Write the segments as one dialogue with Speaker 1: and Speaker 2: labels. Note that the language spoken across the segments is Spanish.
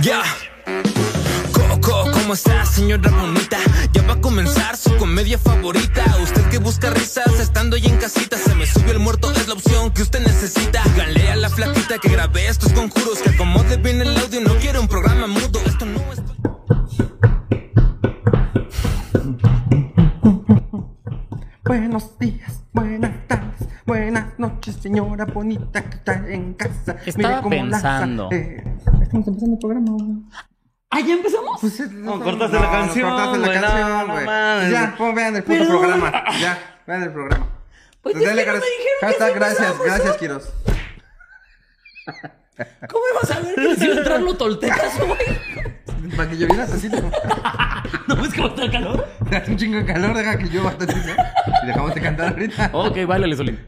Speaker 1: Ya. Coco, ¿cómo está, señora bonita? Ya va a comenzar su comedia favorita. Usted que busca risas estando ahí en casita. Se me subió el muerto, es la opción que usted necesita. Díganle a la flaquita que grabé estos conjuros. Que acomode bien el audio, no quiero un programa mudo. Esto no es.
Speaker 2: Buenos días, buenas tardes, buenas noches, señora bonita que está en casa.
Speaker 3: Estaba pensando.
Speaker 2: lanza, eh, estamos empezando el programa. güey.
Speaker 3: ¿Ah, ya empezamos?
Speaker 2: Pues, eh, no,
Speaker 4: cortaste la canción,
Speaker 2: Cortaste la
Speaker 4: güey, no,
Speaker 2: canción,
Speaker 4: no
Speaker 2: güey.
Speaker 4: mames.
Speaker 2: ya, pues, vean el puto
Speaker 3: Perdón.
Speaker 2: programa. Ya, vean el programa.
Speaker 3: Pues
Speaker 2: Dele
Speaker 3: es que no
Speaker 2: gracias.
Speaker 3: me dijeron que
Speaker 2: Hashtag
Speaker 3: sí
Speaker 2: gracias,
Speaker 3: empezamos,
Speaker 2: gracias,
Speaker 3: ¿no?
Speaker 2: Kiros.
Speaker 3: ¿Cómo ibas a ver que si iba a entrar lo toltecas, güey?
Speaker 2: Para que yo viera así.
Speaker 3: ¿No ves que va a estar calor?
Speaker 2: Hace un chingo de calor, deja que yo bastante. ¿no? Y dejamos de cantar ahorita.
Speaker 3: Ok, báilale, Solín.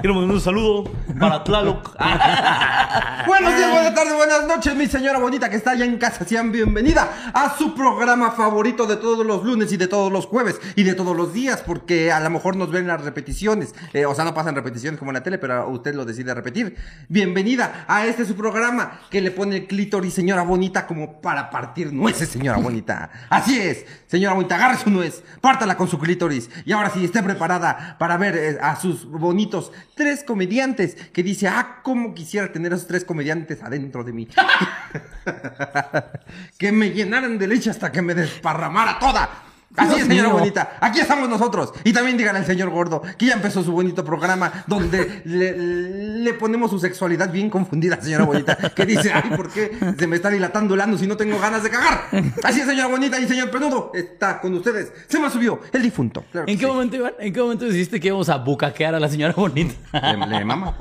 Speaker 4: Quiero mandar un saludo para Tlaloc. Ah,
Speaker 2: Buenos días, buenas tardes, buenas noches, mi señora bonita que está allá en casa. Sean bienvenida a su programa favorito de todos los lunes y de todos los jueves y de todos los días, porque a lo mejor nos ven las repeticiones. Eh, o sea, no pasan repeticiones como en la tele, pero usted lo decide repetir. Bienvenida a este su programa que le pone el clítoris, señora bonita, como para partir nueces, señora bonita. Así es, señora bonita, agarre su nuez, pártala con su clítoris. Y ahora sí, esté preparada para ver eh, a sus bonitos tres comediantes que dice, ah, cómo quisiera tener a esos tres comediantes adentro de mí. que me llenaran de leche hasta que me desparramara toda. Así es, señora bonita. Aquí estamos nosotros. Y también díganle al señor gordo que ya empezó su bonito programa donde le, le ponemos su sexualidad bien confundida, señora bonita. Que dice, ay, ¿por qué se me está dilatando el ano si no tengo ganas de cagar? Así es, señora bonita y señor penudo. Está con ustedes. Se me subió el difunto. Claro que
Speaker 3: ¿En qué
Speaker 2: sí.
Speaker 3: momento, Iván? ¿En qué momento decidiste que íbamos a bucaquear a la señora bonita?
Speaker 2: Le, le mama.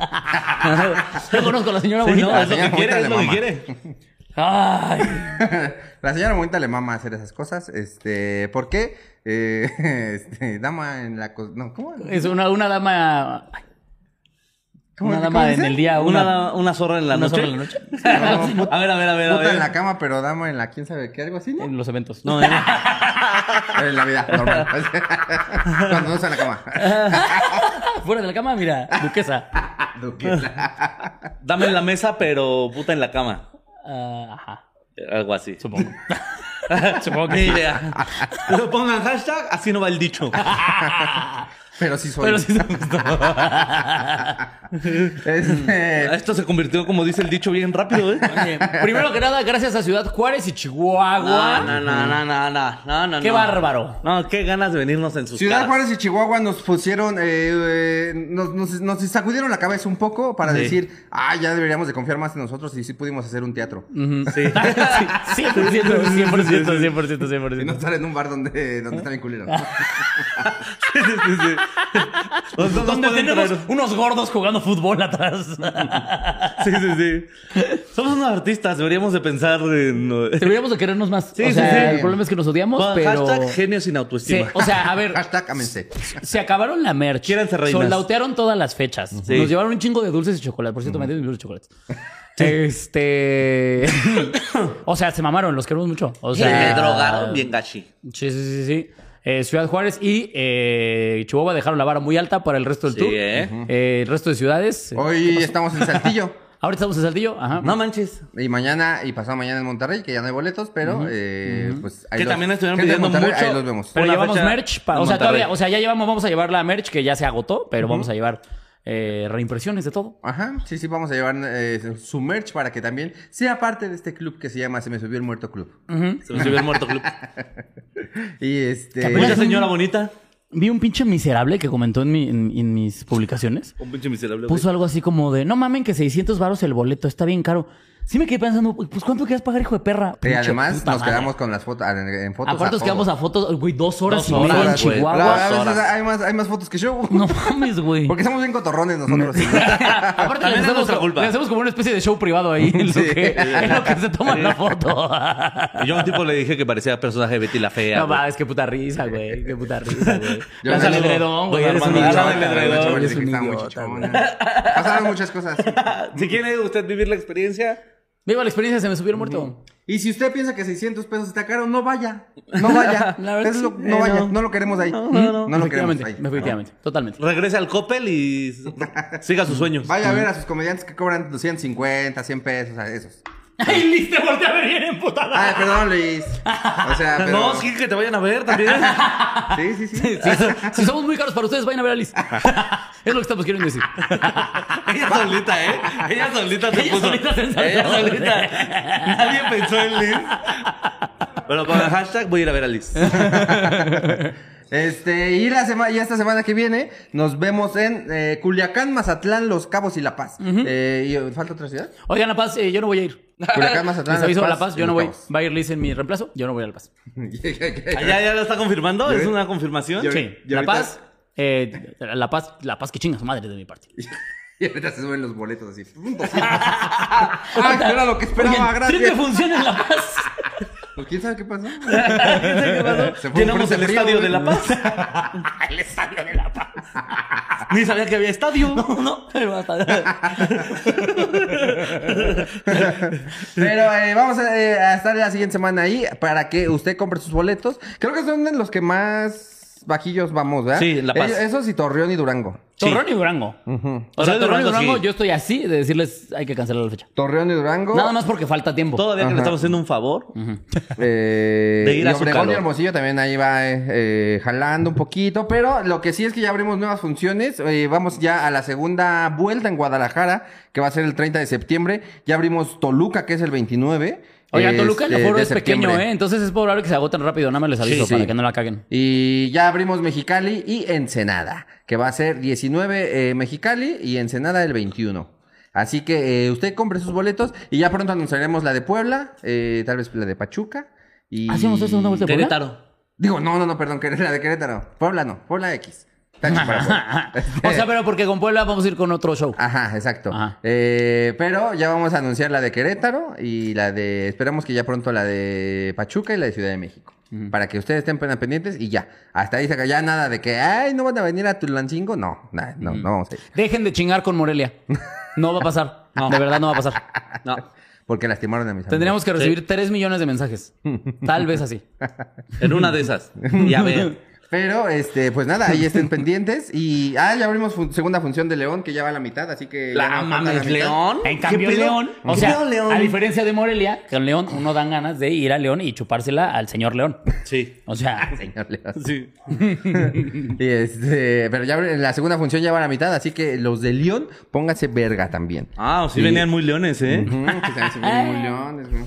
Speaker 3: Yo conozco a la señora
Speaker 4: Sí,
Speaker 3: bonita.
Speaker 4: no, es lo
Speaker 2: señora
Speaker 4: que quiere,
Speaker 2: bonita le
Speaker 4: es lo que
Speaker 2: mama.
Speaker 4: quiere.
Speaker 3: Ay.
Speaker 2: La señora bonita le mama hacer esas cosas. Este, ¿por qué? Eh, este, dama en la... co- No, ¿cómo?
Speaker 3: Es una, una dama. ay,
Speaker 2: ¿Cómo-
Speaker 3: Una
Speaker 2: cómo
Speaker 3: dama en
Speaker 2: dice?
Speaker 3: el día, una,
Speaker 4: Una, una zorra en la
Speaker 3: una
Speaker 4: noche.
Speaker 3: sola en la noche.
Speaker 2: No,
Speaker 4: A ver, a ver, a ver, a
Speaker 2: Puta en
Speaker 4: ver.
Speaker 2: la cama, pero dama en la quién sabe qué, algo así, ¿no?
Speaker 3: En los eventos.
Speaker 4: No, eh. no, no.
Speaker 2: En la vida, normal. pues. Cuando no está en la cama.
Speaker 3: Fuera de la cama, mira, duquesa.
Speaker 2: Duquesa.
Speaker 4: dame en la mesa, pero puta en la cama.
Speaker 3: Ah, ajá,
Speaker 4: Algo así.
Speaker 3: supongo. supongo que
Speaker 4: Ni
Speaker 3: sí.
Speaker 4: idea. Pero pongan hashtag, así no va el dicho.
Speaker 2: Pero sí soy.
Speaker 3: Pero sí se gustó. Eh.
Speaker 2: Este,
Speaker 4: Esto se convirtió, como dice el dicho, bien rápido, ¿eh?
Speaker 3: Oye, primero que nada, gracias a Ciudad Juárez y Chihuahua.
Speaker 4: No, no, no, no, no, no, no, no.
Speaker 3: Qué
Speaker 4: no.
Speaker 3: bárbaro.
Speaker 4: No, qué ganas de venirnos en sus
Speaker 2: Ciudad
Speaker 4: caras.
Speaker 2: Juárez y Chihuahua nos pusieron, eh, eh, nos, nos- nos sacudieron la cabeza un poco para
Speaker 4: Sí.
Speaker 2: decir, ah, ya deberíamos de confiar más en nosotros y sí pudimos hacer un teatro.
Speaker 3: Sí. 100%, 100%, 100%,
Speaker 2: Y no
Speaker 3: 100%.
Speaker 2: estar en un bar donde, donde está bien culero.
Speaker 4: Nos- nos
Speaker 3: Donde
Speaker 4: pueden
Speaker 3: tenemos
Speaker 4: traer-
Speaker 3: unos gordos jugando fútbol atrás.
Speaker 4: Sí, sí, sí. Somos unos artistas, deberíamos de pensar en... eh,
Speaker 3: Deberíamos de querernos más.
Speaker 4: Sí,
Speaker 3: o
Speaker 4: sí,
Speaker 3: sea,
Speaker 4: sí.
Speaker 3: el problema es que nos odiamos,
Speaker 4: Pongan
Speaker 3: pero...
Speaker 4: Hashtag genio sin
Speaker 3: Sí,
Speaker 4: autoestima.
Speaker 3: o sea, a ver,
Speaker 2: Hashtag ámense.
Speaker 3: se acabaron la merch.
Speaker 4: Quiéranse reinas.
Speaker 3: Solautearon todas las fechas.
Speaker 4: Sí.
Speaker 3: Nos llevaron un chingo de dulces y chocolates. Por cierto, me dieron dulces y chocolates. Este. o sea, se mamaron, los queremos mucho. O
Speaker 4: Se
Speaker 3: sea,
Speaker 4: drogaron bien gachi.
Speaker 3: Sí, sí, sí, sí. Eh, Ciudad Juárez y eh, Chihuahua dejaron la vara muy alta para el resto del
Speaker 4: Sí,
Speaker 3: tour.
Speaker 4: ¿eh?
Speaker 3: Eh, el resto de ciudades.
Speaker 2: Hoy estamos en Saltillo.
Speaker 3: Ahorita estamos en Saltillo. Ajá.
Speaker 4: No manches.
Speaker 2: Y mañana, y pasado mañana en Monterrey, que ya no hay boletos, pero eh, pues ahí
Speaker 4: Que
Speaker 2: los-
Speaker 4: también estuvieron
Speaker 2: gente de
Speaker 4: pidiendo
Speaker 2: Monterrey,
Speaker 4: mucho.
Speaker 2: Ahí los vemos.
Speaker 3: Pero
Speaker 4: Una
Speaker 3: llevamos
Speaker 4: fecha
Speaker 3: merch. pa-
Speaker 4: en
Speaker 3: o sea,
Speaker 4: Monterrey.
Speaker 3: todavía, o sea, ya llevamos, vamos a llevar la merch que ya se agotó, pero vamos a llevar eh, reimpresiones de todo.
Speaker 2: Ajá, sí, sí, vamos a llevar eh, su merch para que también sea parte de este club que se llama Se me subió el muerto club.
Speaker 4: Se me subió el muerto club.
Speaker 2: Y este...
Speaker 4: Mucha señora bonita.
Speaker 3: Vi un pinche miserable que comentó en, mi- en- en mis publicaciones.
Speaker 4: Un pinche miserable.
Speaker 3: Puso algo así como de, no mamen que 600 varos el boleto, está bien caro. Sí me quedé pensando, pues ¿cuánto quieres pagar, hijo de perra?
Speaker 2: Y
Speaker 3: Pinche
Speaker 2: además
Speaker 3: puta
Speaker 2: nos
Speaker 3: madre.
Speaker 2: quedamos con las fotos, en, en fotos
Speaker 3: Aparte nos
Speaker 2: todo.
Speaker 3: quedamos a fotos, güey, dos horas
Speaker 4: Dos
Speaker 3: y media en
Speaker 4: horas, güey.
Speaker 3: Chihuahua.
Speaker 2: Claro,
Speaker 4: Dos
Speaker 2: a veces
Speaker 4: horas.
Speaker 2: hay más, hay más fotos que yo.
Speaker 3: No mames, güey.
Speaker 2: Porque somos bien cotorrones nosotros.
Speaker 3: Aparte
Speaker 4: También
Speaker 3: le
Speaker 4: es
Speaker 3: hacemos,
Speaker 4: nuestra
Speaker 3: co-
Speaker 4: culpa.
Speaker 3: le hacemos como una especie de show privado ahí en,
Speaker 2: Sí.
Speaker 3: lo, que, en lo que se toma la foto.
Speaker 4: Y yo a un tipo le dije que parecía personaje de Betty la Fea.
Speaker 3: No
Speaker 4: güey.
Speaker 3: mames, qué puta risa, güey. Qué puta risa, güey.
Speaker 2: Yo
Speaker 3: Lanza el
Speaker 2: le digo,
Speaker 3: edredón, güey.
Speaker 4: don
Speaker 3: Eres un
Speaker 4: Armando,
Speaker 3: idiota,
Speaker 4: lanza el edredón,
Speaker 3: güey,
Speaker 2: Yo le
Speaker 3: eres
Speaker 2: dije que
Speaker 3: un
Speaker 2: estaba muy
Speaker 3: idiota, güey.
Speaker 2: chichona. Pasaron muchas cosas.
Speaker 4: Si quiere usted vivir la experiencia,
Speaker 3: Viva la experiencia, se me subió el muerto.
Speaker 2: Y si usted piensa que 600 pesos está caro, no vaya. No vaya.
Speaker 3: La verdad
Speaker 2: Es lo-
Speaker 3: sí.
Speaker 2: no
Speaker 4: Eh,
Speaker 2: vaya.
Speaker 4: no.
Speaker 2: No lo queremos ahí. No, lo queremos
Speaker 3: Efectivamente,
Speaker 2: ahí.
Speaker 3: efectivamente, totalmente.
Speaker 4: Regrese al Coppel y s- siga sus sueños.
Speaker 2: Vaya a ver a sus comediantes que cobran 250, 100 pesos, a esos.
Speaker 3: ¡Ay, Liz, te voltea a ver bien
Speaker 2: Ay,
Speaker 3: emputada!
Speaker 2: perdón, Luis. O sea, pero...
Speaker 4: No, sí, que te vayan a ver también.
Speaker 2: Sí, sí, sí.
Speaker 3: Sí, so- si somos muy caros para ustedes, vayan a ver a Liz. es lo que estamos queriendo decir.
Speaker 4: Ella solita, ¿eh? Ella solita se
Speaker 3: Ella
Speaker 4: puso.
Speaker 3: solita se ensalzó.
Speaker 4: Ella solita. Nadie pensó en Liz. Pero con el hashtag voy a ir a ver a Liz.
Speaker 2: Este, y la semana, y esta semana que viene nos vemos en eh, Culiacán, Mazatlán, Los Cabos y La Paz. Eh, y, eh, ¿Falta otra ciudad?
Speaker 3: Oigan, La Paz, eh, yo no voy a ir.
Speaker 2: Culiacán, Mazatlán,
Speaker 3: Les aviso
Speaker 2: La
Speaker 3: a
Speaker 2: Paz
Speaker 3: La Paz,
Speaker 2: y
Speaker 3: yo no voy.
Speaker 2: Los
Speaker 3: Va a ir Liz en mi reemplazo, yo no voy a La Paz.
Speaker 4: ¿Ya, ya lo está confirmando? ¿Es una confirmación?
Speaker 2: Yo-
Speaker 3: Sí,
Speaker 2: y
Speaker 3: La
Speaker 2: ahorita-
Speaker 3: Paz, eh, La Paz, La Paz que chinga su madre de mi parte.
Speaker 2: y ahorita se suben los boletos así. Punto. ah, era lo que esperaba,
Speaker 3: Oigan, Siempre
Speaker 2: gracias.
Speaker 3: funciona en La Paz.
Speaker 2: Pues, ¿Quién sabe qué pasó? Se fue un
Speaker 4: Llenamos
Speaker 2: frente
Speaker 4: el
Speaker 2: frío,
Speaker 4: estadio
Speaker 2: güey.
Speaker 4: de La Paz.
Speaker 3: el estadio de La Paz.
Speaker 4: Ni sabía que había estadio.
Speaker 3: No, no, pero hasta...
Speaker 2: Pero eh, vamos a, eh, a estar la siguiente semana ahí para que usted compre sus boletos. Creo que son de los que más bajillos vamos, ¿verdad?
Speaker 4: Sí, La Paz.
Speaker 2: Eh, Esos y Torreón y Durango.
Speaker 3: Torreón y Durango. O sea,
Speaker 4: Torreón y
Speaker 3: Torreón y Durango,
Speaker 4: sí.
Speaker 3: yo estoy así de decirles hay que cancelar la fecha.
Speaker 2: Torreón y Durango.
Speaker 3: Nada más porque falta tiempo.
Speaker 4: Todavía que le
Speaker 2: Ajá.
Speaker 4: estamos haciendo un favor.
Speaker 2: Eh,
Speaker 4: De ir a
Speaker 2: y
Speaker 4: su
Speaker 2: Obregón
Speaker 4: calor.
Speaker 2: y Hermosillo también ahí va eh, eh, jalando un poquito, pero lo que sí es que ya abrimos nuevas funciones. eh, vamos ya a la segunda vuelta en Guadalajara, que va a ser el 30 de septiembre. Ya abrimos Toluca, que es el 29.
Speaker 3: Oiga, Toluca el
Speaker 2: este,
Speaker 3: aforo
Speaker 2: de
Speaker 3: es pequeño,
Speaker 2: septiembre.
Speaker 3: ¿eh? Entonces es probable que se agoten rápido. Nada más les aviso
Speaker 2: Sí, sí.
Speaker 3: para que no la caguen.
Speaker 2: Y ya abrimos Mexicali y Ensenada, que va a ser 19 eh, Mexicali y Ensenada el 21. Así que eh, usted compre sus boletos y ya pronto anunciaremos la de Puebla, eh, tal vez la de Pachuca. Y...
Speaker 3: ¿Hacemos eso en una vuelta de Puebla?
Speaker 4: Querétaro.
Speaker 2: Digo, no, no, no, perdón, que la de Querétaro. Puebla no, Puebla X. Tacho para Puebla.
Speaker 3: o sea, pero porque con Puebla vamos a ir con otro show.
Speaker 2: Ajá, exacto.
Speaker 3: Ajá.
Speaker 2: Eh, pero ya vamos a anunciar la de Querétaro y la de, esperamos que ya pronto la de Pachuca y la de Ciudad de México. Para que ustedes estén pen- pendientes y ya. Hasta ahí se acaba. ya nada de que, ay, no van a venir a Tulancingo. No, nada, no, no vamos a ir.
Speaker 3: Dejen de chingar con Morelia. No va a pasar. De verdad no va a pasar.
Speaker 4: No.
Speaker 2: Porque lastimaron a mis
Speaker 3: Tendríamos que recibir 3 millones de mensajes. Tal vez así.
Speaker 4: En una de esas. Ya ver.
Speaker 2: Pero, este, pues nada, ahí estén pendientes. Y, ah, ya abrimos fun- segunda función de León, que ya va a la mitad, así que... ya
Speaker 4: La
Speaker 2: no falta
Speaker 4: mames,
Speaker 2: mitad.
Speaker 4: León.
Speaker 3: En cambio,
Speaker 4: ¿Qué pedo?
Speaker 3: León, o
Speaker 4: ¿Qué
Speaker 3: sea,
Speaker 4: pedo, León?
Speaker 3: a diferencia de Morelia, con León uno dan ganas de ir a León y chupársela al señor León.
Speaker 4: Sí.
Speaker 3: O sea,
Speaker 2: Señor León.
Speaker 4: Sí.
Speaker 2: Y, este, pero ya en la segunda función ya va a la mitad, así que los de León, pónganse verga también.
Speaker 4: Ah, sí,
Speaker 2: Y-
Speaker 4: venían muy leones, ¿eh?
Speaker 2: Ujú, que también se ven muy leones, güey.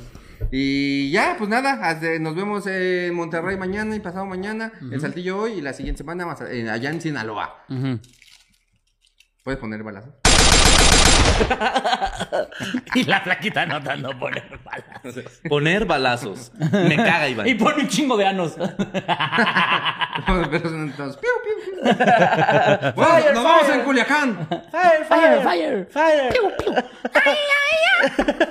Speaker 2: Y ya, pues nada, hasta- nos vemos en Monterrey mañana y pasado mañana, en Saltillo hoy y la siguiente semana más, eh, allá en Sinaloa.
Speaker 3: ujú.
Speaker 2: ¿Puedes poner balazo?
Speaker 3: y la flaquita anotando poner balas.
Speaker 4: Poner balazos. Me caga, Iván.
Speaker 3: Y pone un chingo de anos.
Speaker 2: Pero son todos, piu, piu, piu. Bueno, nos vamos en Culiacán.
Speaker 3: Fire, fire.
Speaker 4: Fire.
Speaker 3: Piu, piu.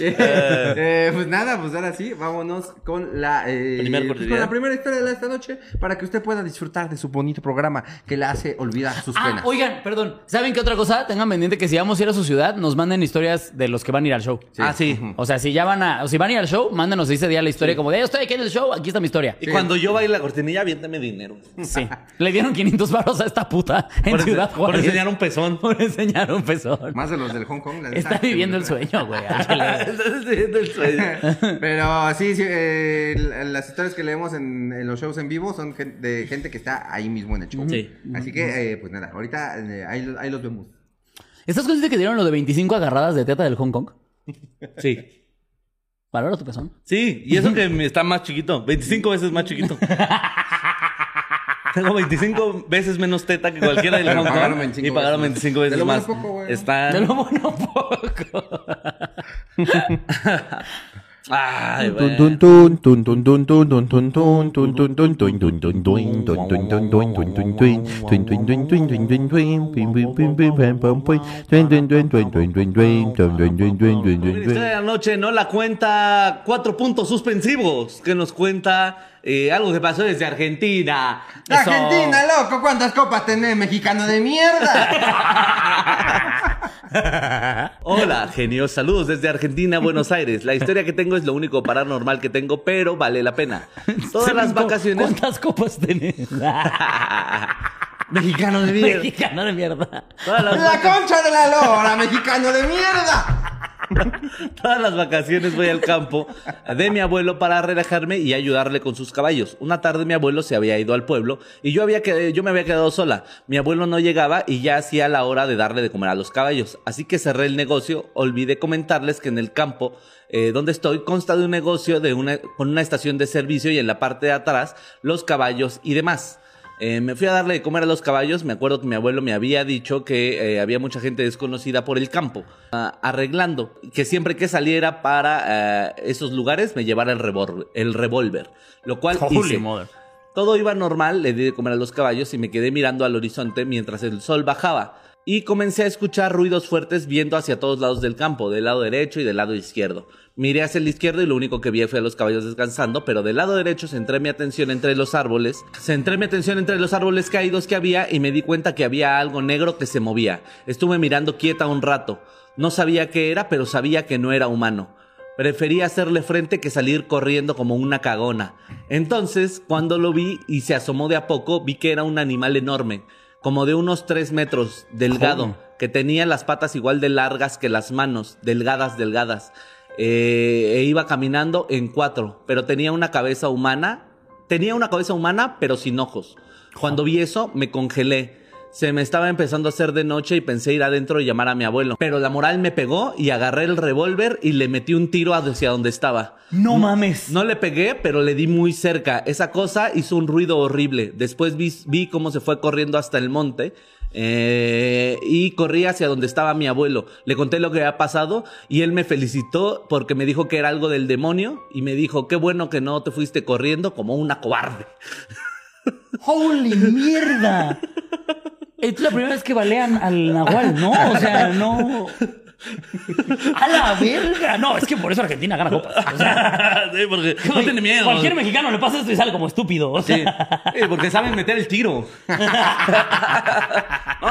Speaker 2: Eh, pues nada, pues ahora sí, vámonos con la, eh,
Speaker 4: Primer
Speaker 2: pues
Speaker 4: cordialidad.
Speaker 2: con la primera historia de esta noche para que usted pueda disfrutar de su bonito programa que le hace olvidar sus
Speaker 3: Ah,
Speaker 2: penas.
Speaker 3: oigan, perdón. ¿Saben qué otra cosa? Tengan pendiente que si vamos a ir a su ciudad, nos manden historias de los que van a ir al show.
Speaker 4: Ah, sí.
Speaker 3: O sea, si ya van a, o si van a ir al show, mándanos ese día la historia como de, "Eh, estoy aquí en el show, aquí está mi historia.
Speaker 4: Y cuando yo baile la cortinilla, aviéntame dinero.
Speaker 3: Sí. Le dieron 500 varos a esta puta en
Speaker 4: Por,
Speaker 3: Ciudad
Speaker 4: ense- por
Speaker 3: Juárez.
Speaker 4: enseñar un pezón.
Speaker 3: Por enseñar un pezón.
Speaker 2: Más de los del Hong Kong. la neta.
Speaker 3: Está viviendo el sueño, güey. al chile.
Speaker 4: Estás enseñando el sueño.
Speaker 2: Pero sí, sí, eh, l- las historias que leemos en, en los shows en vivo son gen- de gente que está ahí mismo en el show.
Speaker 4: Sí.
Speaker 2: Así que, eh, pues nada, ahorita eh, ahí, los- ahí los vemos.
Speaker 3: ¿Estás consciente que dieron lo de 25 agarradas de teta del Hong Kong?
Speaker 4: Sí.
Speaker 3: Valora tu pezón.
Speaker 4: Sí, y eso que me está más chiquito. 25 veces más chiquito. Tengo 25 veces menos teta que cualquiera del
Speaker 2: Pero
Speaker 4: Hong Kong.
Speaker 2: pagaron 25
Speaker 4: y pagaron
Speaker 2: veces más.
Speaker 4: 25
Speaker 2: De
Speaker 4: veces
Speaker 2: lo bueno
Speaker 4: más.
Speaker 2: poco, güey.
Speaker 4: Está.
Speaker 3: De lo bueno poco.
Speaker 4: Ay, güey. La historia de la noche no la cuenta cuatro puntos suspensivos que nos cuenta eh, algo que pasó desde Argentina.
Speaker 3: Eso.
Speaker 2: ¡Argentina, loco! ¿Cuántas copas tenés, mexicano de mierda?
Speaker 4: Hola, genios, saludos desde Argentina, Buenos Aires. La historia que tengo es lo único paranormal que tengo, pero vale la pena. Todas las
Speaker 3: Según tú,
Speaker 4: vacaciones.
Speaker 3: ¿Cuántas copas tenés?
Speaker 2: Mexicano de mierda.
Speaker 3: Mexicano de mierda.
Speaker 4: Todas las,
Speaker 2: La concha de la lora, mexicano de mierda.
Speaker 4: todas las vacaciones voy al campo de mi abuelo para relajarme y ayudarle con sus caballos. Una tarde mi abuelo se había ido al pueblo y yo, había que- yo me había quedado sola. Mi abuelo no llegaba y ya hacía la hora de darle de comer a los caballos. Así que cerré el negocio. Olvidé comentarles que en el campo eh, donde estoy consta de un negocio de una, con una estación de servicio y en la parte de atrás los caballos y demás. Eh, me fui a darle de comer a los caballos. Me acuerdo que mi abuelo me había dicho que eh, había mucha gente desconocida por el campo, ah, arreglando. Que siempre que saliera para ah, esos lugares me llevara el, revólver- el revólver. Lo cual hice. Todo iba normal, le di de comer a los caballos y me quedé mirando al horizonte mientras el sol bajaba. Y comencé a escuchar ruidos fuertes viendo hacia todos lados del campo, del lado derecho y del lado izquierdo. Miré hacia el izquierdo y lo único que vi fue a los caballos descansando, pero del lado derecho centré mi atención entre los árboles. Centré mi atención entre los árboles caídos que había y me di cuenta que había algo negro que se movía. Estuve mirando quieta un rato. No sabía qué era, pero sabía que no era humano. Prefería hacerle frente que salir corriendo como una cagona. Entonces, cuando lo vi y se asomó de a poco, vi que era un animal enorme, como de unos tres metros, delgado,
Speaker 3: Joder.
Speaker 4: que tenía las patas igual de largas que las manos, delgadas, delgadas. Eh, e iba caminando en cuatro, pero tenía una cabeza humana, tenía una cabeza humana, pero sin ojos. Cuando vi eso, me congelé. Se me estaba empezando a hacer de noche y pensé ir adentro y llamar a mi abuelo. Pero la moral me pegó y agarré el revólver y le metí un tiro hacia donde estaba.
Speaker 3: No mames.
Speaker 4: No le pegué, pero le di muy cerca. Esa cosa hizo un ruido horrible. Después vi, vi cómo se fue corriendo hasta el monte. eh, y corrí hacia donde estaba mi abuelo. Le conté lo que había pasado y él me felicitó porque me dijo que era algo del demonio y me dijo, qué bueno que no te fuiste corriendo como una cobarde.
Speaker 3: ¡Holy mierda! Es la primera vez que balean al Nahual, ¿no? O sea, no. ¡A la verga! No, es que por eso Argentina gana copas. O sea,
Speaker 4: Sí, porque no tiene miedo.
Speaker 3: Cualquier mexicano le pasa esto y sale como estúpido. O sea,
Speaker 4: Sí, sí, porque saben meter el tiro. no,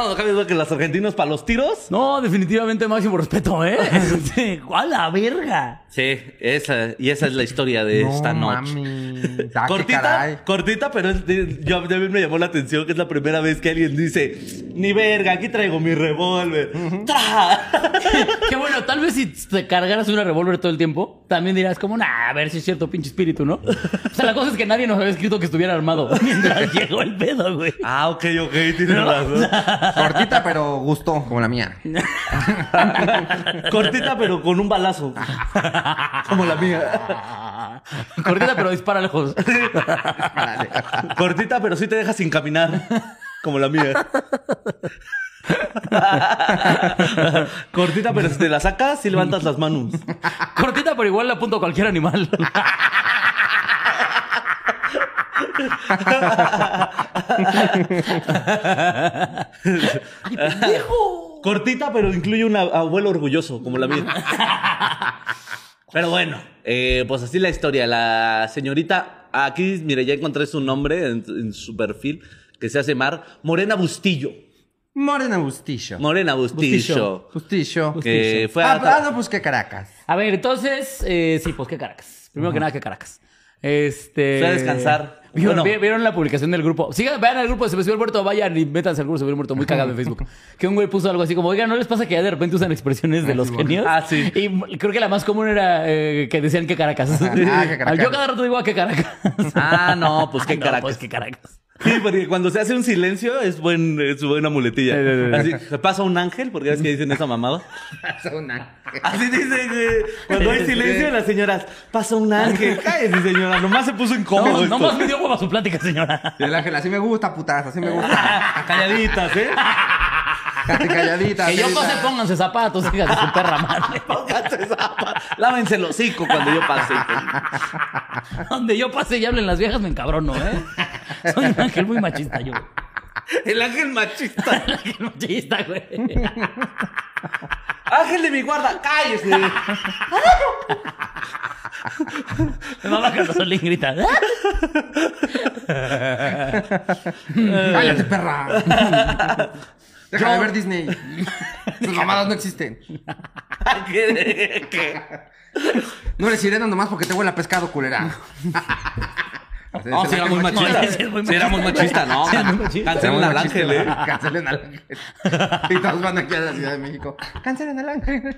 Speaker 4: no cabe duda que los argentinos para los tiros.
Speaker 3: No, definitivamente máximo respeto, ¿eh? Sí, ¡A la verga!
Speaker 4: Sí, esa, y esa es la historia de esta noche.
Speaker 2: mami. Ah, qué caray.
Speaker 4: Cortita, cortita, pero es de- yo, a mí me llamó la atención que es la primera vez que alguien dice, ni verga, aquí traigo mi revólver. ¡Tra!
Speaker 3: Que bueno, tal vez si te cargaras una revólver todo el tiempo, también dirás como, nah, a ver si es cierto pinche espíritu, ¿no? O sea, la cosa es que nadie nos había escrito que estuviera armado mientras llegó el pedo, güey.
Speaker 4: Ah, ok, ok, tiene razón.
Speaker 2: Cortita, pero gustó, como la mía.
Speaker 4: Cortita, pero con un balazo. Como la mía.
Speaker 3: Cortita, pero dispara lejos.
Speaker 2: Árale.
Speaker 4: Cortita, pero sí te deja sin caminar. Como la mía. Cortita, pero si te la sacas, sí levantas las manos.
Speaker 3: Cortita, pero igual le apunto a cualquier animal. ¡Ay, pendejo!
Speaker 4: Cortita, pero incluye un ab- abuelo orgulloso, como la mía. Pero bueno, eh, pues así la historia. La señorita, aquí, mire, ya encontré su nombre en, en su perfil, que se hace Mar, Morena Bustillo.
Speaker 2: Morena Bustillo.
Speaker 4: Morena Bustillo.
Speaker 3: Bustillo.
Speaker 2: Bustillo.
Speaker 4: Que fue
Speaker 2: Ah,
Speaker 4: a-
Speaker 2: ah, no, pues que Caracas.
Speaker 3: A ver, entonces, eh, sí, pues qué Caracas. Primero que nada, qué Caracas. Este.
Speaker 4: Fue a descansar.
Speaker 3: ¿Vieron,
Speaker 4: Bueno.
Speaker 3: vi- vieron la publicación del grupo. Sigan, vean el grupo de Se me subió el muerto, vayan y métanse al grupo de Se me subió el muerto, muy cagado en Facebook. Que un güey puso algo así como, oiga, ¿no les pasa que ya de repente usan expresiones de los genios?
Speaker 4: Ah, sí.
Speaker 3: Y m- creo que la más común era eh, que decían que Caracas.
Speaker 2: Ah, qué Caracas.
Speaker 3: Yo cada rato digo, ah, qué Caracas.
Speaker 4: Ah, no, pues qué
Speaker 3: No,
Speaker 4: Caracas.
Speaker 3: pues qué Caracas.
Speaker 4: Sí, porque cuando se hace un silencio es, buen, es buena muletilla.
Speaker 3: Eh, eh, eh.
Speaker 4: Así, pasa un ángel, porque ves que dicen esa mamada.
Speaker 2: Una-
Speaker 4: Así dicen, eh, cuando hay silencio las señoras, pasa un ángel. Cállese, señora, nomás se puso incómodo
Speaker 3: No,
Speaker 4: esto.
Speaker 3: nomás me dio hueva su plática, señora.
Speaker 2: El ángel, así me gusta, putas, así me gusta.
Speaker 4: Calladitas, ¿eh?
Speaker 2: Calladita.
Speaker 3: Que yo
Speaker 2: calladita.
Speaker 3: pase, pónganse zapatos, hijas de su perra madre.
Speaker 4: Pónganse zapas. Lávense el hocico cuando yo pase.
Speaker 3: Donde yo pase y hablen las viejas, me encabrono, ¿eh? Soy un ángel muy machista, yo.
Speaker 4: El ángel machista.
Speaker 3: Un ángel machista, güey.
Speaker 4: Ángel de mi guarda, cállese.
Speaker 3: Me mama cuando Solín grita.
Speaker 2: Cállate, perra. Deja
Speaker 3: Yo-
Speaker 2: de ver Disney. Sus mamadas no existen.
Speaker 4: ¿Qué? ¿Qué?
Speaker 2: No eres sirena nomás porque te huele a pescado, culera.
Speaker 4: No, si era muy machista.
Speaker 3: sí, era muy
Speaker 4: Si era muy machista, no.
Speaker 3: Sí, era muy machista.
Speaker 4: Cancelen al ángel, ¿eh?
Speaker 2: Cancelen al ángel. Y todos van aquí a la Ciudad de México. Cancelen al ángel.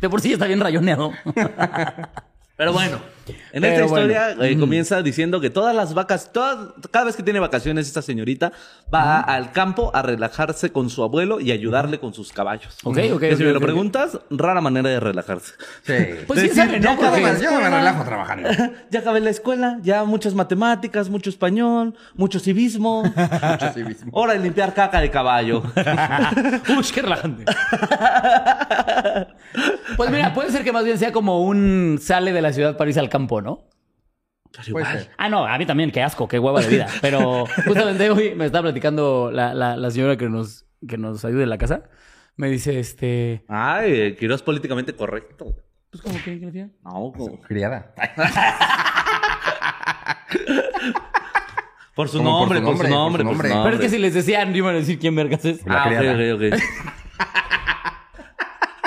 Speaker 3: De por sí ya está bien rayoneado.
Speaker 4: Pero bueno, en
Speaker 3: Pero
Speaker 4: esta
Speaker 3: bueno.
Speaker 4: historia eh, comienza diciendo que todas las vacas, todas, cada vez que tiene vacaciones esta señorita va al campo a relajarse con su abuelo y ayudarle con sus caballos.
Speaker 3: Ok, ok,
Speaker 4: Que si
Speaker 3: ok,
Speaker 4: me lo
Speaker 3: ok.
Speaker 4: preguntas, rara manera de relajarse.
Speaker 2: Sí.
Speaker 3: Pues sí,
Speaker 4: Decir,
Speaker 3: sabe,
Speaker 4: ya
Speaker 3: ¿no?
Speaker 2: Yo no
Speaker 3: Porque-
Speaker 2: me- yo no me relajo trabajando.
Speaker 4: Ya acabé la escuela, ya muchas matemáticas, mucho español, mucho civismo.
Speaker 2: Mucho civismo.
Speaker 4: Hora de limpiar caca de caballo.
Speaker 3: Pues Uy, qué relajante. Pues mira, puede ser que más bien sea como un sale de la ciudad París al campo, ¿no?
Speaker 2: Puede ser.
Speaker 3: Ah, no, a mí también, qué asco, qué hueva de vida. Pero justamente hoy me estaba platicando la, la- la señora que nos, que nos ayuda en la casa. Me dice, este.
Speaker 4: Ay, Quiroz políticamente correcto.
Speaker 3: Pues como que, ¿qué le
Speaker 4: No, como-
Speaker 2: Criada.
Speaker 4: por su
Speaker 2: Como por
Speaker 4: nombre,
Speaker 2: su
Speaker 4: por su nombre, por su
Speaker 2: nombre.
Speaker 4: nombre.
Speaker 3: Pero es que si les decían, iban a decir quién vergas es.
Speaker 2: La
Speaker 4: Ah,
Speaker 2: criada.
Speaker 4: ok, ok, ok.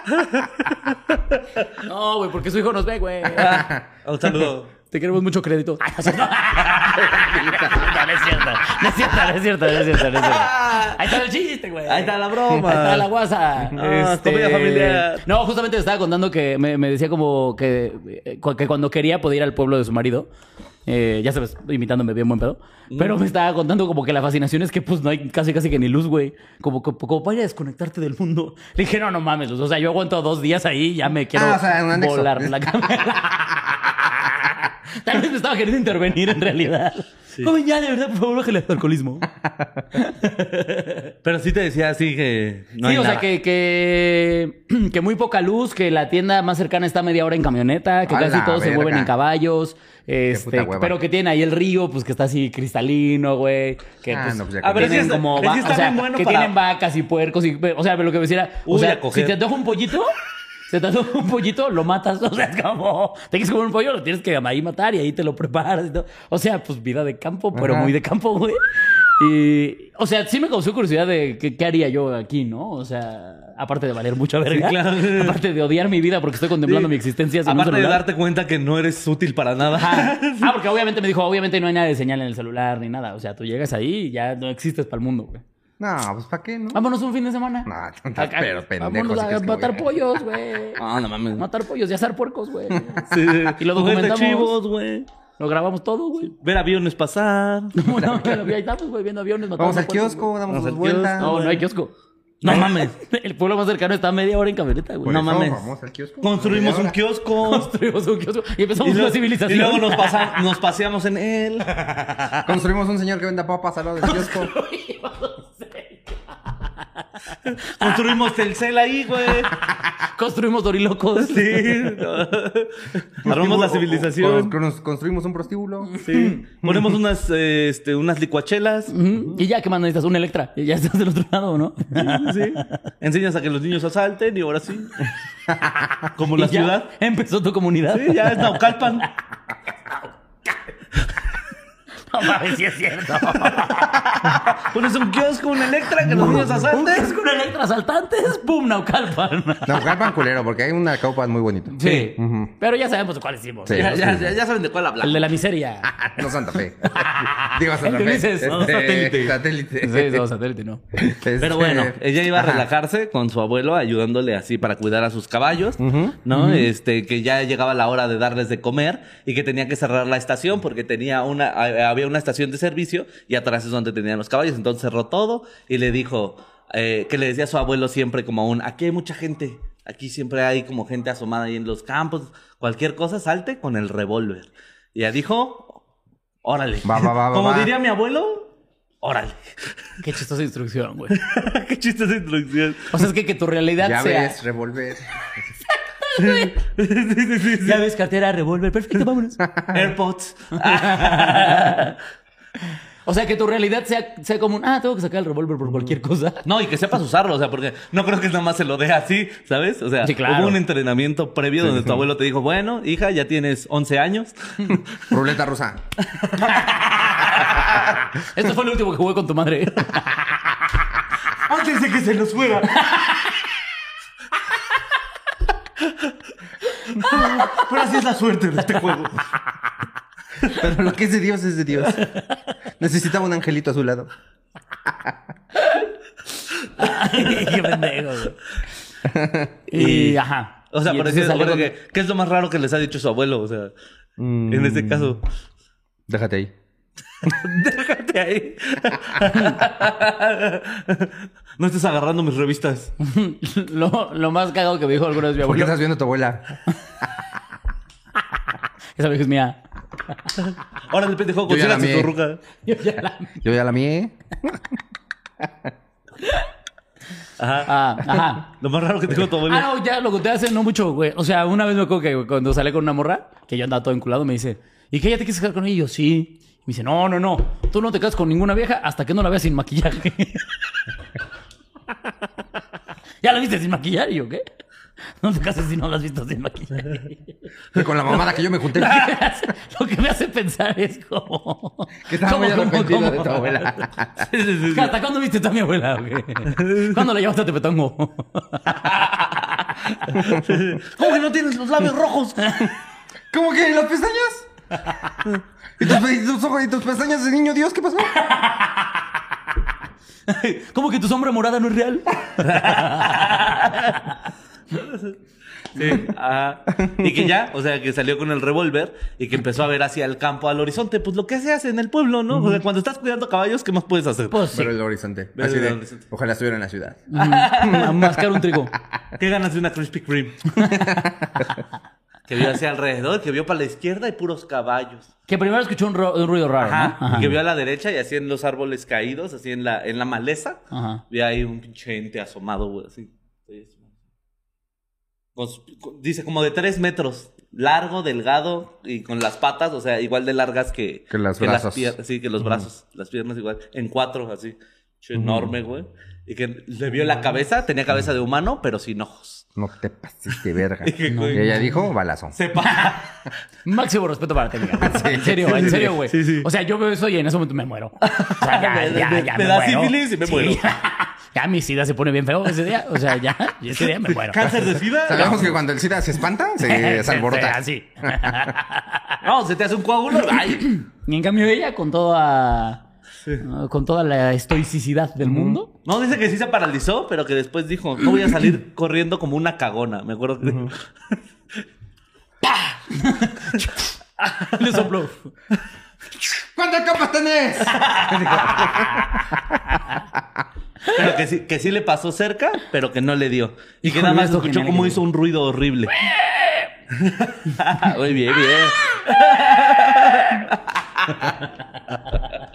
Speaker 3: Ah, No, güey, porque su hijo nos ve, güey.
Speaker 4: Un saludo.
Speaker 3: Te queremos mucho crédito. Ay, no es cierto. No, no es cierto. No es cierto, no es cierto, no es cierto, no es cierto. Ahí está el chiste, güey.
Speaker 4: Ahí está la broma.
Speaker 3: Ahí está la guasa.
Speaker 4: Ah, comida familiar.
Speaker 3: No, justamente te estaba contando que me, me decía como que, eh, cu- que cuando quería podía ir al pueblo de su marido. eh, ya sabes, imitándome bien buen pedo. Pero me estaba contando como que la fascinación es que pues no hay casi casi que ni luz, güey. Como, como, como para ir a desconectarte del mundo. Le dije, no, no mames, Luz. O sea, yo aguanto dos días ahí y ya me quiero
Speaker 2: Ah, o sea, en un anexo.
Speaker 3: volar la cámara. Tal vez me estaba queriendo intervenir en realidad. Joven, ya, de verdad, por favor, bájale al alcoholismo.
Speaker 4: Pero sí te decía así que no
Speaker 3: sí,
Speaker 4: hay
Speaker 3: o sea,
Speaker 4: nada.
Speaker 3: que, que, que muy poca luz, que la tienda más cercana está a media hora en camioneta, que
Speaker 2: A
Speaker 3: casi
Speaker 2: la
Speaker 3: todos se
Speaker 2: verga.
Speaker 3: mueven en caballos,
Speaker 2: puta
Speaker 3: este,
Speaker 2: hueva.
Speaker 3: pero que tienen ahí el río, pues que está así cristalino, güey, que
Speaker 2: Ah,
Speaker 3: pues,
Speaker 2: no, pues ya
Speaker 3: que
Speaker 2: A ver,
Speaker 4: es que
Speaker 3: tienen
Speaker 4: está-
Speaker 3: como,
Speaker 4: es que
Speaker 3: va-
Speaker 4: está
Speaker 3: o sea,
Speaker 4: bien bueno
Speaker 3: que
Speaker 4: para-
Speaker 3: tienen vacas y puercos y, o sea, lo que me decía, o
Speaker 4: Uy,
Speaker 3: sea,
Speaker 4: a coger.
Speaker 3: si te antoja un pollito, se te antoja un pollito, lo matas, o sea, es como, te quieres comer un pollo, lo tienes que ahí matar y ahí te lo preparas y todo. O sea, pues vida de campo, pero
Speaker 2: Ajá.
Speaker 3: muy de campo, güey. Y, o sea, sí me causó curiosidad de qué, qué haría yo aquí, ¿no? O sea, aparte de valer mucha verga,
Speaker 4: claro.
Speaker 3: aparte de odiar mi vida porque estoy contemplando
Speaker 4: Sí.
Speaker 3: mi existencia sin un
Speaker 4: Aparte de
Speaker 3: celular.
Speaker 4: darte cuenta que no eres útil para nada.
Speaker 3: Ajá. Ah, porque obviamente me dijo, obviamente no hay nada de señal en el celular ni nada. O sea, tú llegas ahí y ya no existes para el mundo, güey.
Speaker 2: No, pues ¿para qué, no?
Speaker 3: Vámonos un fin de semana.
Speaker 2: No, tontas,
Speaker 3: Acá-
Speaker 2: pero pendejos,
Speaker 3: Vámonos
Speaker 2: sí que
Speaker 3: a
Speaker 2: es que
Speaker 3: matar
Speaker 2: voy a-
Speaker 3: pollos, güey.
Speaker 4: Ah, no mames.
Speaker 3: Matar pollos y asar puercos, güey.
Speaker 4: Sí.
Speaker 3: Y lo
Speaker 4: Juguete
Speaker 3: documentamos.
Speaker 4: chivos, güey.
Speaker 3: Lo grabamos todo, güey.
Speaker 4: Ver aviones pasar.
Speaker 3: No, no, pero ahí estamos, güey, viendo aviones matando
Speaker 2: Vamos al
Speaker 3: puercos,
Speaker 2: kiosco, damos
Speaker 4: Vamos
Speaker 2: dos
Speaker 4: al
Speaker 2: vueltas.
Speaker 4: kiosco.
Speaker 3: güey. No, no hay kiosco.
Speaker 4: No mames.
Speaker 3: El pueblo más cercano está a media hora en camioneta, güey.
Speaker 2: Por
Speaker 4: No
Speaker 2: eso
Speaker 4: mames.
Speaker 2: Vamos al kiosco.
Speaker 4: Construimos un
Speaker 2: Ahora.
Speaker 4: kiosco.
Speaker 3: Construimos un kiosco y empezamos
Speaker 4: luego-
Speaker 3: una civilización.
Speaker 4: y luego nos, pasa- nos paseamos en él.
Speaker 2: Construimos un señor que venda papas al lado del kiosco.
Speaker 4: Construimos Telcel ahí, güey.
Speaker 3: Construimos dorilocos.
Speaker 4: Sí. no. Armamos la
Speaker 2: Con-
Speaker 4: civilización.
Speaker 2: con- nos construimos un prostíbulo.
Speaker 4: Sí. Ponemos unas, eh, este, unas licuachelas.
Speaker 3: Ujú. Y ya, ¿qué más necesitas? Un Electra. Y ya estás del otro lado, ¿no?
Speaker 4: Sí. Enseñas a que los niños asalten y ahora sí. Como
Speaker 3: Y
Speaker 4: la
Speaker 3: ya
Speaker 4: ciudad.
Speaker 3: Empezó tu comunidad.
Speaker 4: Sí, ya es Naucalpan.
Speaker 3: No mames, sí es cierto.
Speaker 4: Pones un kiosco, un Electra, que los niños asalten.
Speaker 3: Antes con Electra asaltantes, ¡pum! Naucalpan.
Speaker 2: Naucalpan culero, porque hay una caupa muy bonita.
Speaker 3: Sí. Pero ya sabemos cuál hicimos.
Speaker 2: Sí. Ah,
Speaker 4: Ya, ya- ya- ya saben de cuál hablar.
Speaker 3: El de la miseria.
Speaker 2: No Santa Fe. Digo Santa
Speaker 3: El
Speaker 2: Fe. Este,
Speaker 3: que dices, no, satélite.
Speaker 2: satélite.
Speaker 3: Sí, no, satélite, no.
Speaker 2: Este,
Speaker 4: Pero bueno, ella iba a
Speaker 2: ajá.
Speaker 4: relajarse con su abuelo, ayudándole así para cuidar a sus caballos, ¿no? Este, que ya llegaba la hora de darles de comer y que tenía que cerrar la estación porque tenía una, a- había una estación de servicio y atrás es donde tenían los caballos. Entonces cerró todo y le dijo, eh, que le decía a su abuelo siempre como un, aquí hay mucha gente, aquí siempre hay como gente asomada ahí en los campos, cualquier cosa salte con el revólver. Y ella dijo, órale.
Speaker 2: Va, va, va, va,
Speaker 4: como
Speaker 2: va.
Speaker 4: diría mi abuelo, órale.
Speaker 3: Qué chistosa instrucción, güey.
Speaker 4: Qué chiste esa introducción.
Speaker 3: O sea, es que, que tu realidad
Speaker 2: Ya
Speaker 3: sea.
Speaker 2: ves, revolver.
Speaker 3: Ya ves, cartera, revólver. Perfecto, vámonos.
Speaker 4: AirPods.
Speaker 3: O sea, que tu realidad sea, sea como un, ah, tengo que sacar el revólver por cualquier cosa.
Speaker 4: No, y que sepas usarlo, o sea, porque no creo que nada más se lo deje así, ¿sabes? O sea,
Speaker 3: Sí, claro.
Speaker 4: hubo un entrenamiento previo donde tu abuelo te dijo, bueno, hija, ya tienes 11 años.
Speaker 2: Ruleta rusa.
Speaker 3: Esto fue lo último que jugué con tu madre.
Speaker 2: antes de que se nos fuera. Pero así es la suerte de este juego. Pero lo que es de Dios es de Dios. Necesitaba un angelito a su lado.
Speaker 3: Ay, qué pendejo, güey. Y, ajá.
Speaker 4: O sea,
Speaker 3: Y
Speaker 4: por
Speaker 3: entonces
Speaker 4: decir,
Speaker 3: salió
Speaker 4: por
Speaker 3: con-
Speaker 4: decir, ¿qué es lo más raro que les ha dicho su abuelo? O sea, en este caso,
Speaker 3: Mm.
Speaker 2: Déjate ahí.
Speaker 4: déjate ahí. no estés agarrando mis revistas.
Speaker 3: lo, lo más cagado que me dijo alguna vez mi
Speaker 2: ¿Por qué
Speaker 3: abuelo.
Speaker 2: estás viendo a tu abuela?
Speaker 3: Esa vieja es mía.
Speaker 4: Ahora el pendejo,
Speaker 2: Yo ya la amé.
Speaker 4: consiérate tu ruca.
Speaker 3: Yo ya la-
Speaker 2: Yo ya la mié.
Speaker 4: Ajá.
Speaker 3: Ah, ajá.
Speaker 4: Lo más raro que tengo tu abuelo.
Speaker 3: Ah, no, ya lo conté hace no mucho, güey. O sea, una vez me acuerdo que güey, cuando salí con una morra, que yo andaba todo enculado, me dice, ¿y qué? ¿Ya te quieres casar con ella? Y yo, sí. Y me dice, no, no, no. Tú no te casas con ninguna vieja hasta que no la veas sin maquillaje. ¿Ya la viste sin maquillar? Y yo, ¿qué? No te cases si no la has visto sin maquillaje.
Speaker 2: Que con la mamada que yo me junté.
Speaker 3: lo que me hace pensar es como...
Speaker 2: Que estaba muy
Speaker 3: como- como-
Speaker 2: arrepentido
Speaker 3: como-
Speaker 2: de tu abuela.
Speaker 4: Sí, sí, sí, sí.
Speaker 3: ¿Hasta cuándo viste tú a mi abuela? güey? ¿Cuándo la llevaste a Tepetongo?
Speaker 4: ¿Cómo que no tienes los labios rojos?
Speaker 2: ¿Cómo que las pestañas? ¿Y tus, pe- y tus ojos y tus pestañas de niño Dios? ¿Qué pasó?
Speaker 3: ¿Cómo que tu sombra morada no es real?
Speaker 4: Sí, ajá. Y que ya, o sea, que salió con el revólver y que empezó a ver hacia el campo, al horizonte. Pues lo que se hace en el pueblo, ¿no? O sea, cuando estás cuidando caballos, ¿qué más puedes hacer?
Speaker 3: Pues sí.
Speaker 2: Pero el horizonte.
Speaker 4: Pero
Speaker 2: Así
Speaker 4: el
Speaker 2: de,
Speaker 4: horizonte.
Speaker 2: Ojalá estuviera en la ciudad.
Speaker 3: Mm, mascar un trigo.
Speaker 4: ¿Qué ganas de una Krispy Kreme? que vio hacia alrededor, que vio para la izquierda y puros caballos.
Speaker 3: Que primero escuchó un, ro- un ruido raro,
Speaker 4: Ajá.
Speaker 3: ¿no? Ajá.
Speaker 4: Y que vio a la derecha y así en los árboles caídos, así en la, en la maleza.
Speaker 3: Ajá.
Speaker 4: Vio ahí un pinche ente asomado, güey, así. Con su- con- dice como de tres metros. Largo, delgado y con las patas, o sea, igual de largas que,
Speaker 2: Que las brazos.
Speaker 4: pier- sí, que los brazos, las piernas igual, en cuatro, así. Pinche Enorme, güey. Y que le vio la cabeza, tenía cabeza de humano, pero sin ojos.
Speaker 2: No te pases de verga.
Speaker 4: Dije,
Speaker 2: Y
Speaker 4: güey.
Speaker 2: ella dijo balazo.
Speaker 4: Se para.
Speaker 3: Máximo respeto para ti, amiga. En serio,
Speaker 4: sí,
Speaker 3: en
Speaker 4: sí,
Speaker 3: serio,
Speaker 4: sí.
Speaker 3: güey.
Speaker 4: Sí, sí.
Speaker 3: O sea, yo veo eso y en ese momento me muero. O sea, ya,
Speaker 4: Me-
Speaker 3: ya,
Speaker 4: me-
Speaker 3: ya
Speaker 4: me
Speaker 3: me,
Speaker 4: da
Speaker 3: muero.
Speaker 4: sífilis y me
Speaker 3: Sí.
Speaker 4: muero.
Speaker 3: ya mi sida se pone bien feo ese día. O sea, ya, y ese día me muero.
Speaker 4: ¿Cáncer de sida?
Speaker 2: Sabemos que cuando el SIDA se espanta, se, se alborota.
Speaker 3: Así.
Speaker 4: No, se te hace un coágulo. Ay.
Speaker 3: Y en cambio ella, con toda... Con toda la estoicidad del mundo.
Speaker 4: No, dice que sí se paralizó, pero que después dijo, no voy a salir corriendo como una cagona. Me acuerdo que...
Speaker 3: Le sopló.
Speaker 2: ¿Cuántas capas tenés?
Speaker 4: Pero que sí, que sí le pasó cerca, pero que no le dio. Y que
Speaker 3: Híjole,
Speaker 4: nada más
Speaker 3: esto
Speaker 4: escuchó
Speaker 3: genial,
Speaker 4: cómo
Speaker 3: güey.
Speaker 4: hizo un ruido horrible. Muy bien, bien.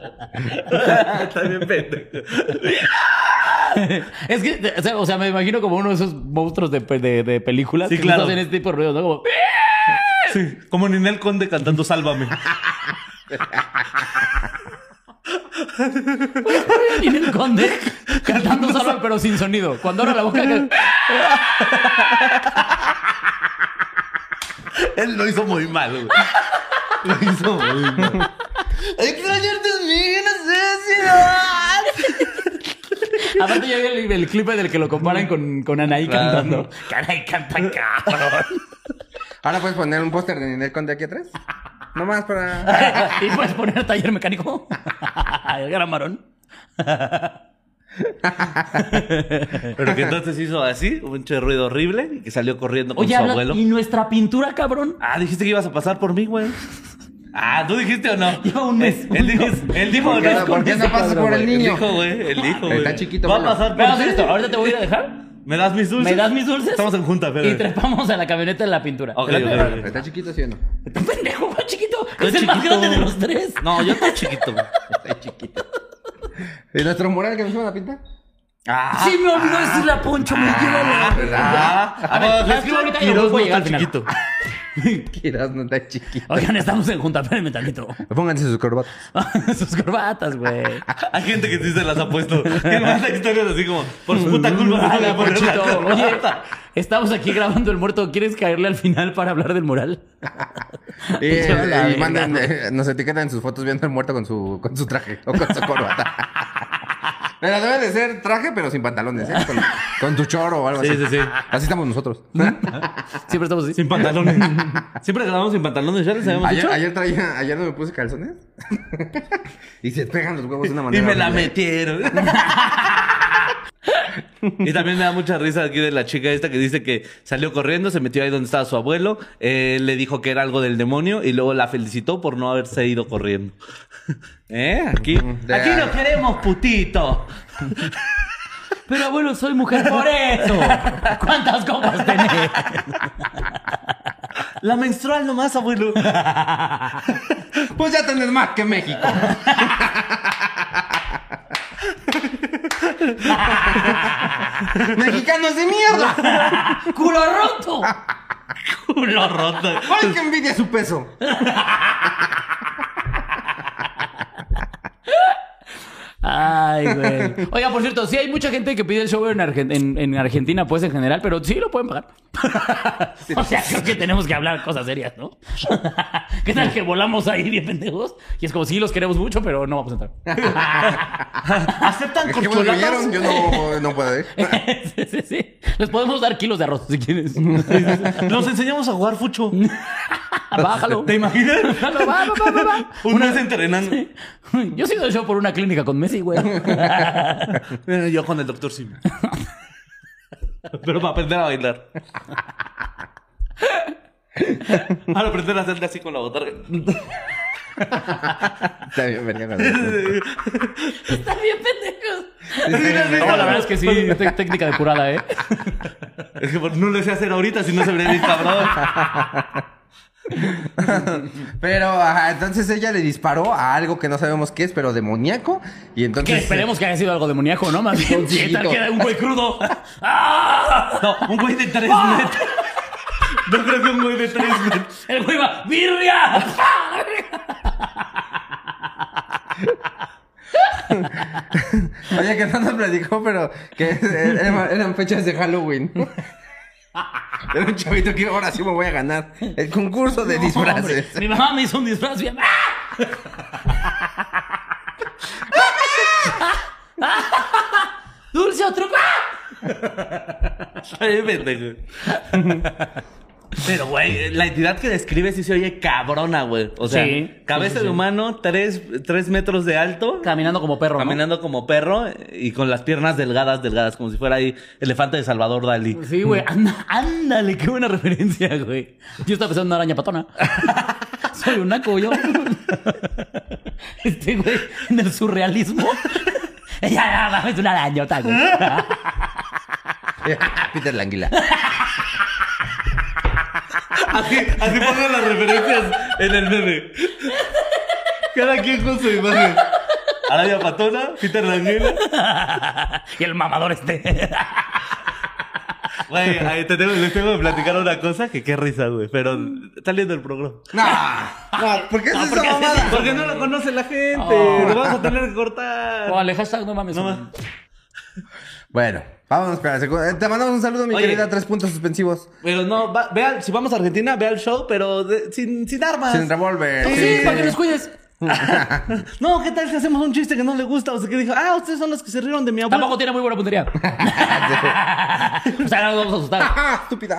Speaker 4: Está bien pendejo.
Speaker 3: Es que, o sea, o sea, me imagino como uno de esos monstruos de, pe- de, de películas
Speaker 4: Sí,
Speaker 3: que
Speaker 4: claro.
Speaker 3: hacen este tipo de ruidos, ¿no? Como...
Speaker 4: Sí, como Ninel Conde cantando Sálvame.
Speaker 3: Y el conde cantando solo pero sin sonido. Cuando abre la boca. que-
Speaker 4: Él lo hizo muy mal, güey. Lo hizo muy mal. Extrañarte es mi necesidad.
Speaker 3: Aparte ya vi el, el clip del que lo comparan con, con Anaí
Speaker 4: Claro.
Speaker 3: cantando. Anaí canta cabrón.
Speaker 2: Ahora puedes poner un póster de Ninel Conde aquí atrás. Nomás para.
Speaker 3: y puedes poner taller mecánico. el gran varón.
Speaker 4: Pero que entonces hizo así, un pinche ruido horrible y que salió corriendo con
Speaker 3: Oye,
Speaker 4: su
Speaker 3: habla-
Speaker 4: abuelo.
Speaker 3: y nuestra pintura, cabrón.
Speaker 4: Ah, dijiste que ibas a pasar por mí, güey. Ah, ¿tú dijiste o no? Eh,
Speaker 3: Lleva un mes.
Speaker 4: Él, él dijo, él dijo,
Speaker 2: ¿Por qué no, por qué no pasas por el
Speaker 4: Él
Speaker 2: niño?
Speaker 4: dijo, güey, él dijo, güey.
Speaker 2: Está chiquito,
Speaker 4: Va a
Speaker 2: bueno.
Speaker 4: pasar por
Speaker 3: Vamos a hacer
Speaker 4: ti.
Speaker 3: esto. Ahorita te voy a ir a dejar.
Speaker 4: ¿Me das mis dulces?
Speaker 3: ¿Me das mis dulces?
Speaker 4: Estamos en junta,
Speaker 3: Y
Speaker 4: pero.
Speaker 3: trepamos a la camioneta de la pintura.
Speaker 4: Ok,
Speaker 3: ¿Verdad?
Speaker 4: ok, ok.
Speaker 2: ¿Está chiquito, sí o no?
Speaker 3: Tú pendejo, güey, chiquito. Es el más
Speaker 4: chiquito.
Speaker 3: grande de los tres.
Speaker 4: No, yo estoy chiquito, güey.
Speaker 2: Está chiquito. ¿Y nuestro mural que nos iban a pintar?
Speaker 4: Ah,
Speaker 3: Sí, me olvidó decirle a Poncho, me lleva la...
Speaker 4: ah,
Speaker 3: A ver, ¿sabes qué? Ahorita yo
Speaker 4: Quiroz
Speaker 3: voy
Speaker 4: no
Speaker 3: a llegar
Speaker 4: está
Speaker 3: al
Speaker 4: chiquito.
Speaker 2: Quieras, no está chiquito.
Speaker 3: Oigan, estamos en junta, espérenme tantito.
Speaker 2: Pónganse sus corbatas.
Speaker 3: Sus corbatas, güey.
Speaker 4: Hay gente que sí se las ha puesto. Que manda historias así como, por su puta culpa no se voy a
Speaker 3: Ay,
Speaker 4: poner la
Speaker 3: Ponchito, oye,
Speaker 4: corbata.
Speaker 3: estamos aquí grabando el muerto. ¿Quieres caerle al final para hablar del mural?
Speaker 2: Y,
Speaker 3: Yo la
Speaker 2: y
Speaker 3: verga.
Speaker 2: manden, eh, nos etiquetan en sus fotos viendo al muerto con su, con su traje o con su corbata. Pero debe de ser traje, pero sin pantalones, ¿eh? Con, con tu choro o algo
Speaker 4: Sí,
Speaker 2: así.
Speaker 4: sí, sí. ¿Mm?
Speaker 2: Así estamos nosotros.
Speaker 3: Siempre estamos así.
Speaker 4: Sin pantalones. Siempre grabamos sin pantalones, ya les habíamos
Speaker 2: Ayer,
Speaker 4: dicho.
Speaker 2: ayer traía, ayer no me puse calzones. y se pegan los huevos de una
Speaker 4: Y
Speaker 2: manera.
Speaker 4: me la
Speaker 2: horrible.
Speaker 4: metieron. y también me da mucha risa aquí de la chica esta que dice que salió corriendo, se metió ahí donde estaba su abuelo, eh, le dijo que era algo del demonio y luego la felicitó por no haberse ido corriendo. ¿Eh? Aquí,
Speaker 2: De-
Speaker 4: aquí lo queremos, putito.
Speaker 3: Pero abuelo, soy mujer por eso. ¿Cuántas copas tenés?
Speaker 4: La menstrual nomás, abuelo.
Speaker 2: Pues ya tenés más que México. ¡Mexicanos de mierda!
Speaker 3: ¡Culo roto!
Speaker 4: Culo roto.
Speaker 2: ¡Ay, que envidia su peso!
Speaker 3: Ay, güey. Oiga, por cierto, sí hay mucha gente que pide el show en, Argen- en- en Argentina, pues en general, pero sí lo pueden pagar. o sea, creo que tenemos que hablar cosas serias, ¿no? ¿Qué tal que volamos ahí bien pendejos? Y es como, sí, los queremos mucho, pero no vamos a entrar.
Speaker 4: ¿Aceptan
Speaker 2: Es que bueno,
Speaker 4: corcholatas?
Speaker 2: vinieron, yo no, no puedo ¿eh? ir.
Speaker 3: sí, sí, sí. Les podemos dar kilos de arroz si quieres.
Speaker 4: Nos enseñamos a jugar fucho.
Speaker 3: Bájalo.
Speaker 4: ¿Te imaginas?
Speaker 3: Bájalo, va, va, va, va,
Speaker 4: Una vez entrenando.
Speaker 3: va. Yo sí doy show por una clínica con Messi, güey.
Speaker 4: Eh, Yo con el doctor Simi. Pero para aprender a bailar. Para aprender a hacerle así con la botarga.
Speaker 2: Está bien, venía con eso.
Speaker 3: Están bien pendejos.
Speaker 4: sí.
Speaker 3: No, la verdad es que sí, te- técnica depurada, ¿eh?
Speaker 4: Es que por- no lo sé hacer ahorita, si no se vería bien cabrón.
Speaker 2: Pero, ajá, entonces ella le disparó a algo que no sabemos qué es, pero demoníaco. Y entonces.
Speaker 3: Que esperemos que haya sido algo demoníaco, ¿no? Más bien, ¿qué tal
Speaker 2: chiquito.
Speaker 3: que era un güey crudo? ¡Ah!
Speaker 4: No, un güey de tres metros. No creo que un güey de tres metros.
Speaker 3: El güey va, ¡birria!
Speaker 2: Oye, que no nos platicó, pero que eran, eran fechas de Halloween. Era un chavito que ahora sí me voy a ganar el concurso de
Speaker 3: Hombre,
Speaker 2: disfraces.
Speaker 3: Mi mamá me hizo un disfraz bien. ¡Ah! ¡Ah! ¡Dulce otro! ¡Ah!
Speaker 4: Ay, pendejo. Pero, güey, la entidad que describe sí se oye cabrona, güey. O sea,
Speaker 3: Sí.
Speaker 4: cabeza de humano, tres, tres metros de alto.
Speaker 3: Caminando como perro, ¿no?
Speaker 4: Caminando como perro eh, y con las piernas delgadas, delgadas, como si fuera ahí elefante de Salvador Dalí.
Speaker 3: Sí, güey. Anda- ándale, qué buena referencia, güey. Yo estaba pensando en una araña patona. Soy un naco, yo. Este güey, en el surrealismo. Ya, ya, mames, una arañota, güey.
Speaker 2: Ah, Peter Languila.
Speaker 4: Así, así pongo las referencias en el meme. Cada quien con su imagen. Arabia Patona, Peter Languila.
Speaker 3: Y el mamador este.
Speaker 4: Güey, ahí te tengo, les tengo que platicar una cosa que qué risa, güey. Pero está lindo el programa.
Speaker 2: No, no, ¿por qué es esa mamada?
Speaker 4: Porque no lo conoce la gente.
Speaker 3: Oh.
Speaker 4: Lo vamos a tener que cortar.
Speaker 3: Vale, hashtag Oh, no mames.
Speaker 4: No.
Speaker 2: Bueno, vámonos para la segunda. Eh, Te mandamos un saludo, mi
Speaker 4: Oye.
Speaker 2: querida, tres puntos suspensivos.
Speaker 4: Pero no, va- vea, si vamos a Argentina, vea el show, pero de- sin, sin armas.
Speaker 2: Sin revólver.
Speaker 3: Pues Sí, para que nos cuides.
Speaker 4: No, ¿qué tal si hacemos un chiste que no le gusta? O sea, que dijo, ah, ustedes son los que se rieron de mi abuelo.
Speaker 3: Tampoco tiene muy buena puntería. o sea, no nos vamos a asustar.
Speaker 2: ¡Ah, estúpida!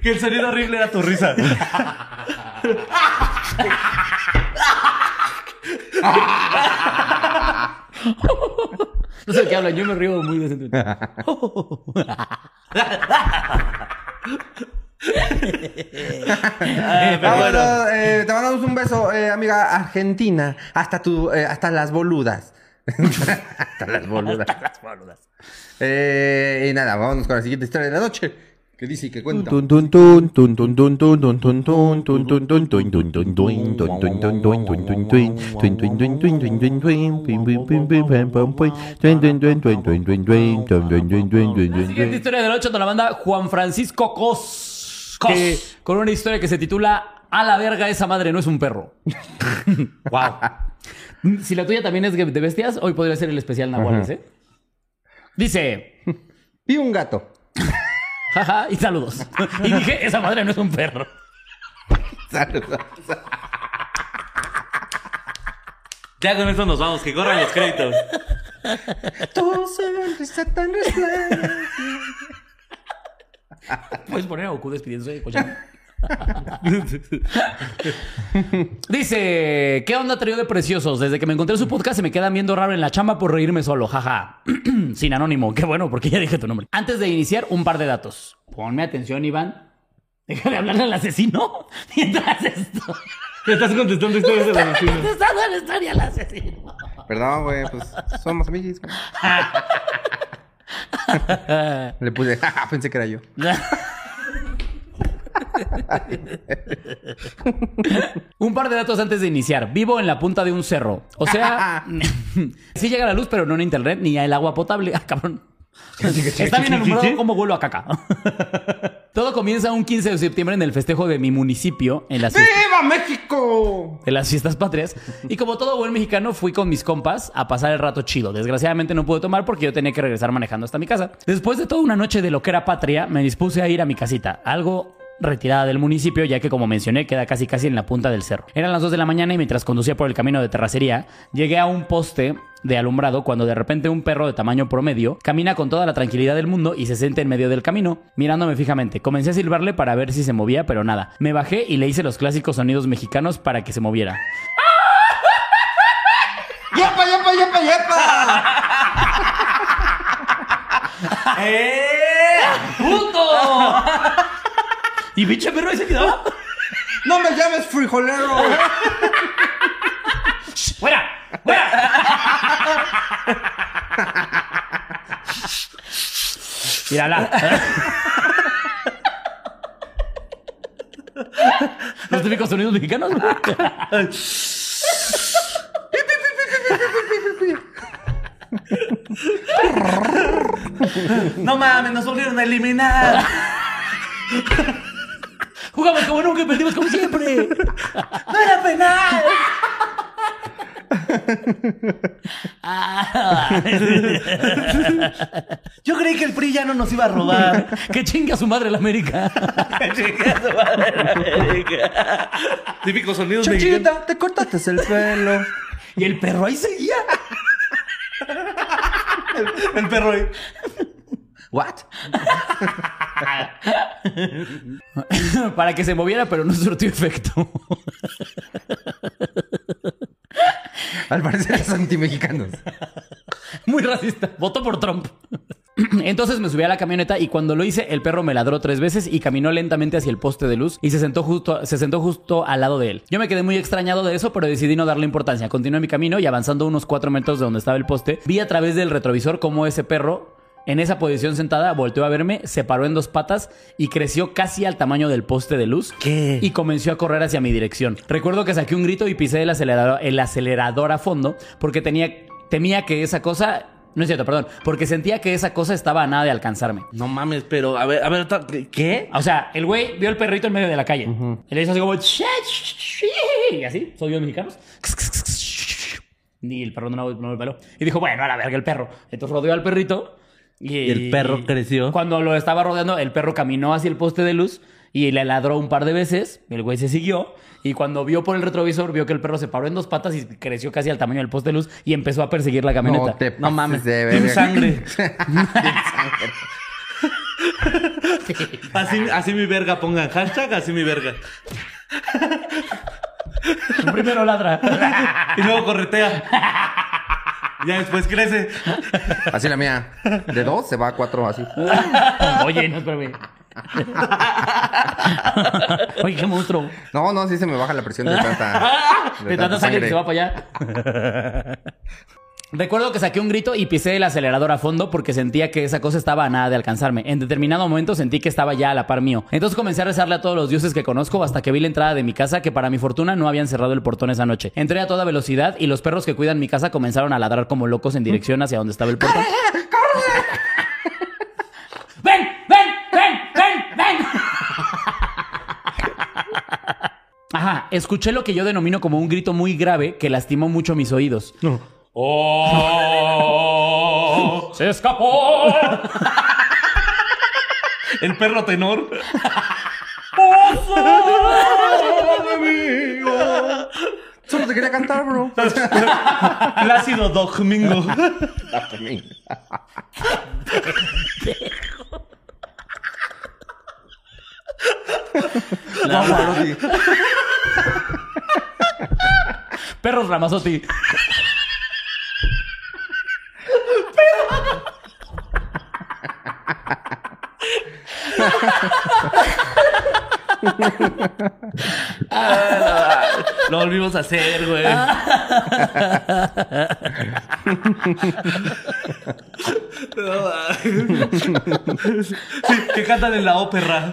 Speaker 4: Que el sonido horrible era tu risa.
Speaker 3: No sé de qué hablan, yo me río muy decente.
Speaker 4: pero bueno.
Speaker 2: Vámonos, eh, te mandamos un beso, eh, amiga argentina. Hasta tu, eh, hasta las boludas. hasta las boludas. Eh, y nada, vámonos con la siguiente historia de la noche. Que dice y que cuenta.
Speaker 5: Tun tun tun tun tun tun tun tun tun tun tun tun tun tun tun tun tun tun tun tun tun tun tun tun. Tun tun tun tun tun tun tun. Pim, pim, pim, pim, pam, pam, pum. Tun, tun, tun, tun, tun, tun, tun. Tun, tun, tun, tun,
Speaker 3: La
Speaker 5: tun, tun,
Speaker 3: siguiente
Speaker 5: tun.
Speaker 3: historia de la noche nos la manda Juan Francisco Cos.
Speaker 4: Cos.
Speaker 3: que- con una historia que se titula A la verga, esa madre no es un perro.
Speaker 4: Wow.
Speaker 3: Si la tuya también es de bestias, hoy podría ser el especial Nahuales, ¿eh? Dice,
Speaker 2: Vi un gato.
Speaker 3: jaja, y saludos. Y dije, esa madre no es un perro.
Speaker 2: Saludos.
Speaker 4: Ya con eso nos vamos, que corran los créditos.
Speaker 2: Tu sonrisa tan resplandeciente.
Speaker 3: Puedes poner a Goku despidiéndose de Kojima. Dice, ¿qué onda trío de preciosos? Desde que me encontré su podcast se me quedan viendo raro en la chamba por reírme solo, jaja. Sin anónimo, qué bueno, porque ya dije tu nombre. Antes de iniciar, un par de datos. Ponme atención, Iván. Deja de hablarle al asesino mientras estoy
Speaker 4: Estás contestando historias de la vecina.
Speaker 3: contestando la historia al asesino.
Speaker 2: Perdón, güey, pues somos amigos. güey. Le puse, jaja, pensé que era yo.
Speaker 3: Un par de datos antes de iniciar. Vivo en la punta de un cerro. O sea, sí llega la luz, pero no en internet ni el agua potable. Ah, cabrón. Está bien
Speaker 4: sí, sí.
Speaker 3: enumerado como vuelo a caca. Todo comienza un 15 de septiembre en el festejo de mi municipio, en las, fies-
Speaker 2: ¡Viva México!
Speaker 3: de las fiestas patrias. Y como todo buen mexicano, fui con mis compas a pasar el rato chido. Desgraciadamente no pude tomar porque yo tenía que regresar manejando hasta mi casa. Después de toda una noche de lo que era patria, me dispuse a ir a mi casita. Algo retirada del municipio, ya que como mencioné, queda casi casi en la punta del cerro. Eran las 2 de la mañana y mientras conducía por el camino de terracería, llegué a un poste de alumbrado cuando de repente un perro de tamaño promedio camina con toda la tranquilidad del mundo y se siente en medio del camino, mirándome fijamente. Comencé a silbarle para ver si se movía, pero nada. Me bajé y le hice los clásicos sonidos mexicanos para que se moviera.
Speaker 2: ¡Yepa, yepa, yepa, yepa!
Speaker 4: ¿Eh?
Speaker 3: ¡Puto! ¿Y pinche perro ahí se quedaba?
Speaker 2: ¡No me llames frijolero!
Speaker 3: ¡Fuera! ¡Fuera! Mírala. Los típicos sonidos mexicanos.
Speaker 4: No mames, nos volvieron a eliminar.
Speaker 3: Jugamos como nunca y perdimos como siempre.
Speaker 4: ¡No era penal!
Speaker 3: Ah,
Speaker 4: Yo creí que el PRI ya no nos iba a robar.
Speaker 3: que chingue a su madre la América.
Speaker 4: Típicos sonidos mexicanos.
Speaker 2: Chuchita, te cortaste el pelo.
Speaker 3: Y el perro ahí seguía.
Speaker 4: El perro ahí.
Speaker 2: ¿What?
Speaker 3: para que se moviera, pero no surtió efecto.
Speaker 2: Al parecer son antimexicanos.
Speaker 3: Muy racista. Voto por Trump. Entonces me subí a la camioneta y cuando lo hice, el perro me ladró tres veces y caminó lentamente hacia el poste de luz y se sentó justo, se sentó justo al lado de él. Yo me quedé muy extrañado de eso, pero decidí no darle importancia. Continué mi camino y avanzando unos cuatro metros de donde estaba el poste, vi a través del retrovisor cómo ese perro, en esa posición sentada, volteó a verme, se paró en dos patas y creció casi al tamaño del poste de luz
Speaker 4: ¿Qué?
Speaker 3: y comenzó a correr hacia mi dirección. Recuerdo que saqué un grito y pisé el acelerador, el acelerador a fondo porque tenía, temía que esa cosa... No es cierto, perdón. Porque sentía que esa cosa estaba a nada de alcanzarme.
Speaker 4: No mames, pero a ver, a ver, ta- ¿qué?
Speaker 3: O sea, el güey vio el perrito en medio de la calle. Y le hizo así como... "Che, ch, ch", Y así, soy yo mexicano. Y el perro no, no me peló. Y dijo, bueno, a la verga el perro. Entonces rodeó al perrito. Y,
Speaker 4: el perro creció.
Speaker 3: Cuando lo estaba rodeando, el perro caminó hacia el poste de luz y le ladró un par de veces. El güey se siguió. Y cuando vio por el retrovisor, vio que el perro se paró en dos patas y creció casi al tamaño del poste de luz y empezó a perseguir la camioneta.
Speaker 2: No te
Speaker 4: No mames.
Speaker 2: pases de
Speaker 4: Team
Speaker 2: verga.
Speaker 4: sangre. Así, así mi verga, pongan hashtag, así mi verga.
Speaker 3: Primero ladra.
Speaker 4: Y luego corretea. Ya después crece.
Speaker 2: Así la mía. De dos se va a cuatro así.
Speaker 3: Oye, no, espérame. Oye, qué monstruo.
Speaker 2: No, no, sí se me baja la presión de tanta.
Speaker 3: De tanta sangre que se va para allá. Recuerdo que saqué un grito y pisé el acelerador a fondo porque sentía que esa cosa estaba a nada de alcanzarme. En determinado momento sentí que estaba ya a la par mío. Entonces comencé a rezarle a todos los dioses que conozco hasta que vi la entrada de mi casa que para mi fortuna no habían cerrado el portón esa noche. Entré a toda velocidad y los perros que cuidan mi casa comenzaron a ladrar como locos en dirección hacia donde estaba el portón. ¡Ven! ¡Ven! ¡Ven! ¡Ven! ¡Ven! Ajá, escuché lo que yo denomino como un grito muy grave que lastimó mucho mis oídos. ¡Oh! ¡Se escapó!
Speaker 4: El perro tenor.
Speaker 2: Solo te quería cantar, bro.
Speaker 4: Plácido Domingo. Ah, pues,
Speaker 2: No, Pavarotti.
Speaker 3: Perros Ramazotti.
Speaker 4: Lo volvimos a hacer, güey. No, sí, que cantan en la ópera.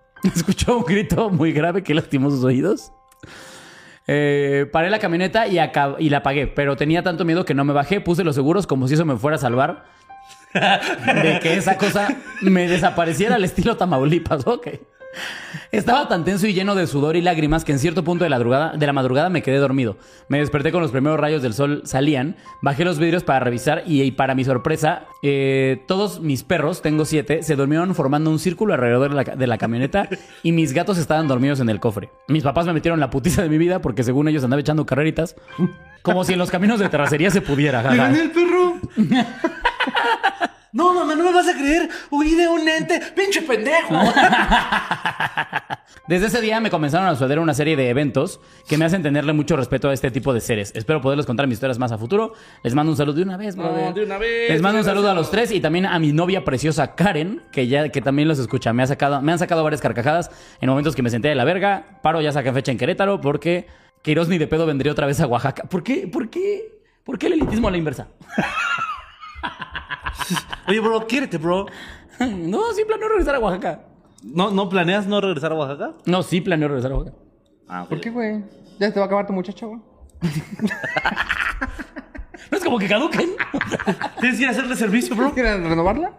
Speaker 3: escuchó un grito muy grave que lastimó sus oídos. Eh, paré la camioneta y, acab- y la apagué, pero tenía tanto miedo que no me bajé. Puse los seguros como si eso me fuera a salvar de que esa cosa me desapareciera al estilo Tamaulipas. Ok. Estaba tan tenso y lleno de sudor y lágrimas que en cierto punto de la, madrugada, de la madrugada me quedé dormido. Me desperté con los primeros rayos del sol salían, bajé los vidrios para revisar y, y para mi sorpresa, eh, todos mis perros, tengo siete, se durmieron formando un círculo alrededor de la, de la camioneta y mis gatos estaban dormidos en el cofre. Mis papás me metieron la putiza de mi vida porque según ellos andaba echando carreritas, como si en los caminos de terracería se pudiera.
Speaker 2: Le
Speaker 3: jaja.
Speaker 2: gané el perro.
Speaker 4: No, mamá, no me vas a creer. Huí de un ente. ¡Pinche pendejo!
Speaker 3: Desde ese día me comenzaron a suceder una serie de eventos que me hacen tenerle mucho respeto a este tipo de seres. Espero poderles contar mis historias más a futuro. Les mando un saludo de una vez, brother.
Speaker 4: de una vez,
Speaker 3: Les mando un
Speaker 4: muchas
Speaker 3: saludo a los tres y también a mi novia preciosa Karen, que ya que también los escucha. Me ha sacado, me han sacado varias carcajadas en momentos que me senté de la verga. Paro ya saca fecha en Querétaro porque Queiroz ni de pedo vendría otra vez a Oaxaca. ¿Por qué? ¿Por qué? ¿Por qué el elitismo a la inversa?
Speaker 4: Oye, bro, quiérete, bro.
Speaker 3: no, sí planeo regresar a Oaxaca.
Speaker 4: ¿No, ¿No planeas no regresar a Oaxaca?
Speaker 3: No, sí planeo regresar a Oaxaca.
Speaker 4: Ah,
Speaker 2: ¿Por qué, güey? Ya te va a acabar tu muchacho, güey.
Speaker 3: No es como que caduquen.
Speaker 4: Tienes que ir a hacerle servicio, bro.
Speaker 2: ¿Quieres renovarla?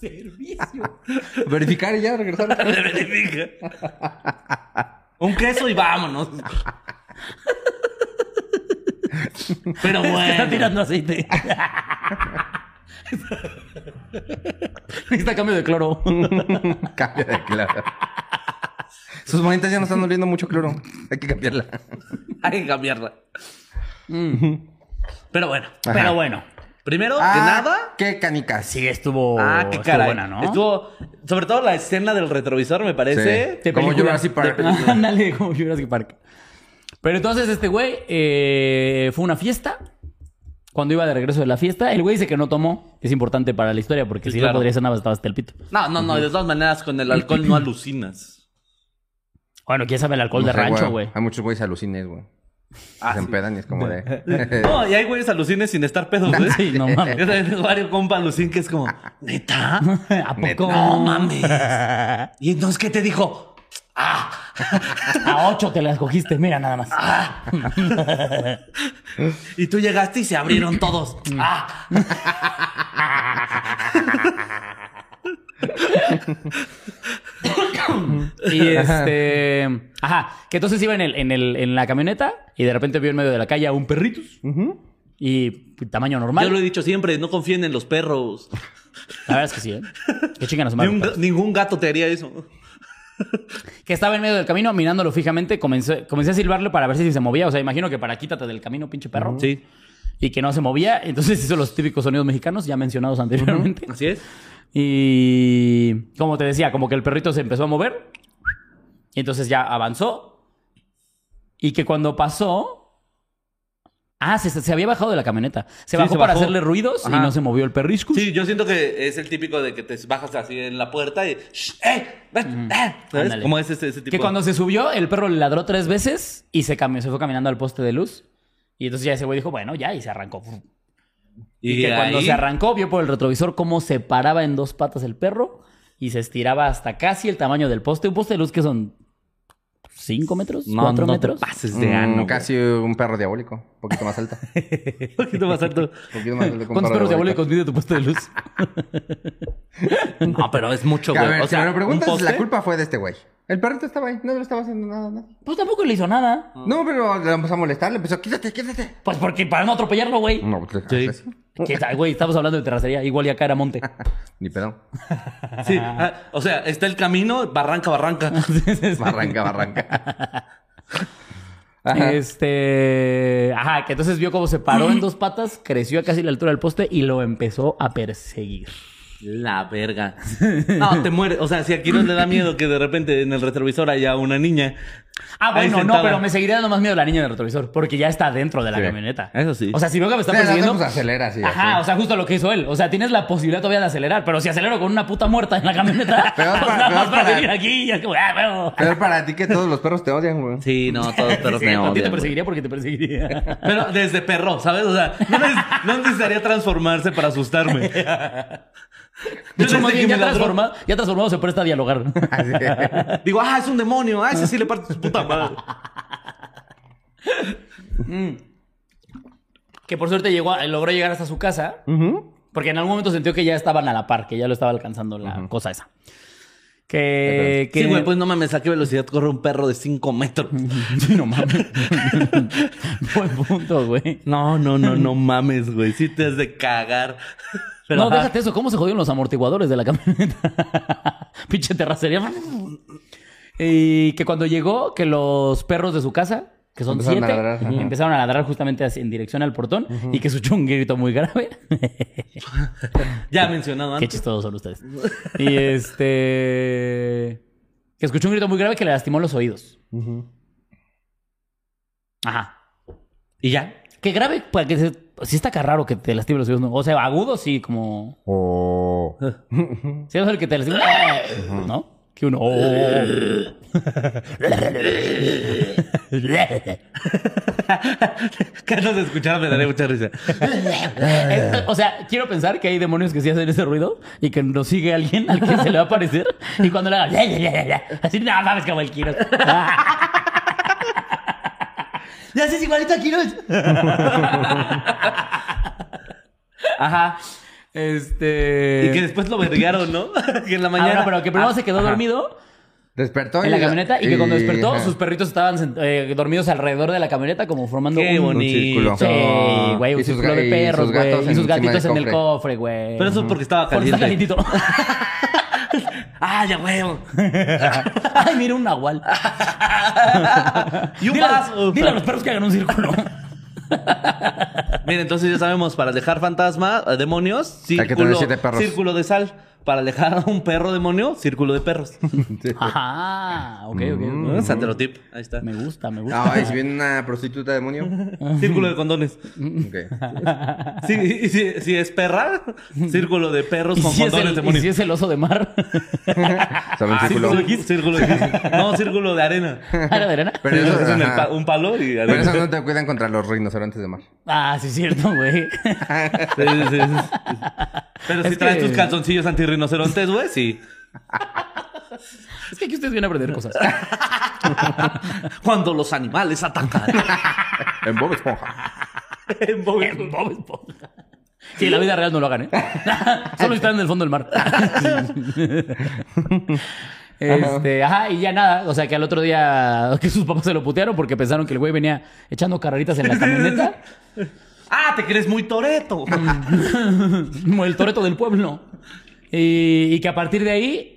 Speaker 3: Servicio.
Speaker 2: Verificar y ya regresar.
Speaker 4: Le verifica. Un queso y vámonos. Pero
Speaker 3: Es que está
Speaker 4: bueno.
Speaker 3: tirando aceite. Necesita cambio de cloro.
Speaker 2: Cambia de claro. Sus manitas ya no están oliendo mucho cloro. Hay que cambiarla.
Speaker 4: Hay que cambiarla. Pero bueno.
Speaker 3: Pero bueno,
Speaker 4: Primero que
Speaker 2: Ah,
Speaker 4: nada.
Speaker 2: ¿Qué canicas?
Speaker 3: sí estuvo,
Speaker 4: Ah, qué
Speaker 3: Oh, estuvo
Speaker 4: caray.
Speaker 3: buena, ¿no?
Speaker 4: Estuvo. Sobre todo la escena del retrovisor, me parece.
Speaker 2: Sí. Como
Speaker 3: película.
Speaker 2: Jurassic Park.
Speaker 3: De película. Ándale, como Jurassic Park. Pero entonces este güey eh, fue a una fiesta. Cuando iba de regreso de la fiesta, el güey dice que no tomó. Es importante para la historia porque
Speaker 4: Sí,
Speaker 3: si
Speaker 4: claro.
Speaker 3: no podría ser nada más estaba hasta el pito.
Speaker 4: No, no, no. De todas maneras, con el alcohol no alucinas.
Speaker 3: Bueno, quién sabe el alcohol
Speaker 2: No
Speaker 3: de
Speaker 2: sé,
Speaker 3: rancho, güey.
Speaker 2: Hay muchos güeyes alucines, güey.
Speaker 4: Ah,
Speaker 2: se
Speaker 4: sí.
Speaker 2: empedan y es como de.
Speaker 4: No, y hay güeyes alucines sin estar pedos, güey.
Speaker 3: Sí, Eh. no mames.
Speaker 4: Yo también tengo varios compa alucin que es como, ¿neta?
Speaker 3: ¿A poco?
Speaker 4: No mames. Y entonces, ¿qué te dijo? Ah,
Speaker 3: A ocho te las cogiste, mira nada más.
Speaker 4: y tú llegaste y se abrieron todos.
Speaker 3: Mm.
Speaker 4: Ah,
Speaker 3: Y este. Ajá. Que entonces iba en, el, en, el, en la camioneta y de repente vio en medio de la calle a un perritus. Y pues, tamaño normal.
Speaker 4: yo lo he dicho siempre, no confíen en los perros.
Speaker 3: La verdad es que sí, ¿eh? Que chingan a su
Speaker 4: Ni
Speaker 3: madre.
Speaker 4: un-
Speaker 3: perros.
Speaker 4: ningún gato te haría eso.
Speaker 3: Que estaba en medio del camino mirándolo fijamente. Comencé, comencé a silbarle para ver si se movía. O sea, imagino que para quítate del camino, pinche perro.
Speaker 4: Sí,
Speaker 3: Y que no se movía. Entonces hizo los típicos sonidos mexicanos ya mencionados anteriormente.
Speaker 4: así es.
Speaker 3: Y como te decía, como que el perrito se empezó a mover. Y entonces ya avanzó. Y que cuando pasó. Ah, se, se había bajado de la camioneta. Se
Speaker 4: Sí,
Speaker 3: bajó
Speaker 4: se
Speaker 3: para
Speaker 4: bajó.
Speaker 3: hacerle ruidos y
Speaker 4: Ajá.
Speaker 3: no se movió el perrisco.
Speaker 4: Sí, yo siento que es el típico de que te bajas así en la puerta y... "Shh, ¡Eh! ven, eh", ¿Sabes?
Speaker 3: Mm. ándale.
Speaker 4: ¿Cómo es ese, ese tipo?
Speaker 3: que cuando se subió, el perro le ladró tres veces y se, cami- se fue caminando al poste de luz. Y entonces ya ese güey dijo, bueno, ya, y se arrancó. Y, que cuando
Speaker 4: ahí-
Speaker 3: se arrancó, vio por el retrovisor cómo se paraba en dos patas el perro y se estiraba hasta casi el tamaño del poste. Un poste de luz que son 5 metros,
Speaker 4: No,
Speaker 3: 4
Speaker 4: no
Speaker 3: metros.
Speaker 4: te pases de este ano.
Speaker 2: Mm,
Speaker 4: güey.
Speaker 2: casi un perro diabólico. Un poquito más alto. Un
Speaker 4: Un poquito más alto.
Speaker 2: poquito más alto que un
Speaker 3: ¿Cuántos
Speaker 2: perro
Speaker 3: perros diabólicos mide tu poste de luz?
Speaker 4: No, pero es mucho,
Speaker 2: Que,
Speaker 4: güey.
Speaker 2: A ver,
Speaker 4: o
Speaker 2: si
Speaker 4: sea,
Speaker 2: me lo
Speaker 4: un
Speaker 2: preguntas,
Speaker 4: poste-
Speaker 2: la culpa fue de este güey. El perrito estaba ahí, no le estaba haciendo nada. nada.
Speaker 3: Pues tampoco le hizo nada.
Speaker 2: No, pero le empezó a molestar, le empezó, quítate, quítate.
Speaker 3: Pues porque para no atropellarlo, güey.
Speaker 2: No, pues,
Speaker 4: Sí.
Speaker 2: así,
Speaker 3: Que, ah, güey, estamos hablando de terracería. Igual y acá era monte.
Speaker 2: Ni pedo.
Speaker 4: Sí, ah, o sea, está el camino, barranca, barranca.
Speaker 2: Barranca, barranca. Ajá.
Speaker 3: este. Ajá, que entonces vio cómo se paró en dos patas, creció a casi la altura del poste y lo empezó a perseguir.
Speaker 4: La verga. No, te muere. O sea, si aquí no le da miedo que de repente en el retrovisor haya una niña.
Speaker 3: Ah,
Speaker 4: ahí
Speaker 3: bueno, no,
Speaker 4: sentada.
Speaker 3: pero me seguiría dando más miedo la niña del retrovisor, porque ya está dentro de la
Speaker 2: Sí.
Speaker 3: camioneta.
Speaker 4: Eso sí.
Speaker 3: O sea, si veo que me está
Speaker 2: Sí, no,
Speaker 3: persiguiendo.
Speaker 2: pues, acelera, sí,
Speaker 3: Ajá,
Speaker 2: así.
Speaker 3: o sea, justo lo que hizo él. O sea, tienes la posibilidad todavía de acelerar, pero si acelero con una puta muerta en la camioneta,
Speaker 2: Peor
Speaker 3: pues
Speaker 2: para-
Speaker 3: nada
Speaker 2: peor
Speaker 3: más para
Speaker 2: para-
Speaker 3: venir aquí y es como, ah, huevo.
Speaker 2: Pero para ti que todos los perros te odian, güey.
Speaker 4: Sí, no, todos
Speaker 3: Sí,
Speaker 4: perros
Speaker 3: sí,
Speaker 4: me
Speaker 3: a ti te
Speaker 4: odian, güey.
Speaker 3: perseguiría porque te perseguiría.
Speaker 4: Pero desde perro, ¿sabes? O sea, no, neces- no necesitaría transformarse para asustarme.
Speaker 3: De hecho,
Speaker 4: desde
Speaker 3: más
Speaker 4: que
Speaker 3: bien ya
Speaker 4: me ladró-
Speaker 3: transformado, ya transformado se presta a dialogar.
Speaker 2: Así.
Speaker 4: Digo, ah, es un demonio, ah, ese sí le parte su puta madre.
Speaker 3: que por suerte llegó a- logró llegar hasta su casa. Porque en algún momento sintió que ya estaban a la par, que ya lo estaba alcanzando la cosa esa. Que. que
Speaker 4: Sí, güey, pues no mames, ¿a qué velocidad corre un perro de 5 metros?
Speaker 3: Sí, no mames.
Speaker 4: pues.
Speaker 3: Buen punto, güey.
Speaker 4: No, no, no, no mames, güey. Sí te has de cagar. Pero,
Speaker 3: no,
Speaker 4: ajá.
Speaker 3: déjate eso. ¿Cómo se jodieron los amortiguadores de la camioneta? Pinche terracería. y que cuando llegó, que los perros de su casa, que son
Speaker 2: Empezaron a
Speaker 3: siete,
Speaker 2: ladrar, ajá.
Speaker 3: empezaron a ladrar justamente así en dirección al portón y que escuchó un grito muy grave.
Speaker 4: Ya mencionado
Speaker 3: Qué
Speaker 4: antes.
Speaker 3: chistosos son ustedes. Y este. Que escuchó un grito muy grave que le lastimó los oídos. Ajá.
Speaker 4: Y ya.
Speaker 3: Que grave, pues que se- sí está acá raro que te lastime los oídos. ¿no? O sea, agudo sí, como.
Speaker 2: O-
Speaker 3: Sí, es el que te lastime. ¿No? Que uno. "Oh".
Speaker 4: Que no se escuchara me daría mucha risa.
Speaker 3: Este, o sea, quiero pensar que hay demonios que sí hacen ese ruido y que nos sigue alguien al que se le va a aparecer y cuando le haga así, no mames como el Kiros. Ya haces igualito a Kiros. Ajá. Este.
Speaker 4: Y que después lo vergaron, ¿no? Que en la mañana.
Speaker 3: Ah, no, pero que primero
Speaker 4: Ah,
Speaker 3: se quedó
Speaker 4: ajá.
Speaker 3: dormido
Speaker 2: Despertó
Speaker 3: en la camioneta y que cuando despertó,
Speaker 2: eh, ajá.
Speaker 3: sus perritos estaban sent- eh, dormidos alrededor de la camioneta, como formando
Speaker 4: Qué
Speaker 3: un,
Speaker 2: Un círculo.
Speaker 4: bonito.
Speaker 3: Sí, güey, un
Speaker 2: Y sus
Speaker 3: círculo de
Speaker 2: ga- y
Speaker 3: perros,
Speaker 2: sus
Speaker 3: güey. Y,
Speaker 2: gatos
Speaker 3: sus
Speaker 2: encima del
Speaker 3: gatitos en el
Speaker 2: cofre.
Speaker 3: cofre, güey.
Speaker 4: Pero eso es porque estaba
Speaker 3: Porque está
Speaker 4: caliente.
Speaker 3: calentito.
Speaker 4: Ah, ya huevo.
Speaker 3: Ay, mira un nahual.
Speaker 4: Y un
Speaker 3: Dile a-
Speaker 4: vaso.
Speaker 3: Dile a los perros que hagan un círculo.
Speaker 4: Mira, entonces ya sabemos, para alejar fantasma, eh, demonios,
Speaker 2: que
Speaker 4: círculo,
Speaker 2: tener siete perros.
Speaker 4: círculo de sal. Para alejar a un perro demonio, círculo de perros.
Speaker 3: Ajá. Ok, ok. ok.
Speaker 2: Mm.
Speaker 4: ¿No? Santerotip, ahí está.
Speaker 3: Me gusta, me gusta.
Speaker 2: Ah, ¿y si viene una prostituta demonio?
Speaker 4: Círculo de condones.
Speaker 2: Ok.
Speaker 4: Sí, y si, si es perra, círculo de perros
Speaker 3: ¿Y,
Speaker 4: con
Speaker 3: si es
Speaker 4: condones
Speaker 3: el, y
Speaker 4: demonios.
Speaker 3: si es el oso de mar?
Speaker 2: Solo un
Speaker 4: Ah,
Speaker 2: círculo.
Speaker 4: círculo, de- círculo de- No, círculo de arena.
Speaker 3: ¿Ara de arena?
Speaker 2: Pero eso,
Speaker 4: es en el
Speaker 2: ajá.
Speaker 4: pa- un palo y
Speaker 2: Pero
Speaker 4: arena.
Speaker 2: eso no te cuidan contra los rinocerontes de mar.
Speaker 3: Ah, sí, es cierto, güey.
Speaker 4: Sí, sí, sí, sí. Pero
Speaker 3: Es
Speaker 4: si traes
Speaker 3: que-
Speaker 4: tus calzoncillos antirrinocerontes, güey, sí.
Speaker 3: Es que aquí ustedes vienen a aprender cosas.
Speaker 4: Cuando los animales atacan.
Speaker 2: En Bob Esponja.
Speaker 4: En Bob
Speaker 3: En Bob Esponja. Sí, en la vida real no lo hagan, ¿eh? Solo están en el fondo del mar. Este, ajá, y ya nada. O sea, que al otro día que sus papás se lo putearon porque pensaron que el güey venía echando carreritas en la camioneta.
Speaker 4: Ah, te crees muy toreto.
Speaker 3: Como el toreto del pueblo. Y, y que a partir de ahí,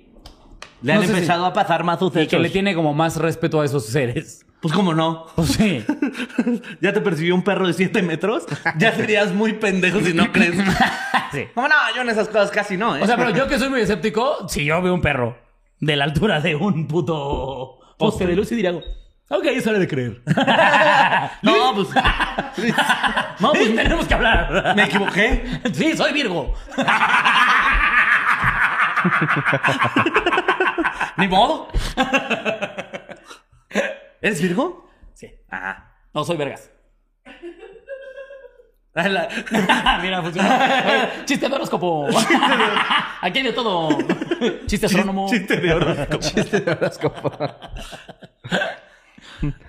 Speaker 4: Le
Speaker 3: No
Speaker 4: han
Speaker 3: sé si-
Speaker 4: empezado a pasar más
Speaker 3: y que
Speaker 4: sucesos.
Speaker 3: le tiene como más respeto a esos seres.
Speaker 4: Pues cómo no.
Speaker 3: Pues sí.
Speaker 4: ya te persiguió un perro de 7 metros. Ya serías muy pendejo si no crees.
Speaker 3: sí.
Speaker 4: Cómo no, yo en esas cosas casi no, ¿eh?
Speaker 3: O sea, pero yo que soy muy escéptico, si yo veo un perro de la altura de un puto poste de luz y diría, algo, ok, eso le he de creer.
Speaker 4: no, pues
Speaker 3: No, pues tenemos que hablar.
Speaker 4: me equivoqué.
Speaker 3: Sí, soy Virgo.
Speaker 4: Ni modo. ¿Eres Virgo?
Speaker 3: Sí.
Speaker 4: Ah.
Speaker 3: No, soy Vergas.
Speaker 4: Ah, La-
Speaker 3: Mira, funcionó. Eh, Chiste de horóscopo. Aquí hay de todo. Chiste astrónomo.
Speaker 4: Chiste de horóscopo.
Speaker 2: Chiste de horóscopo.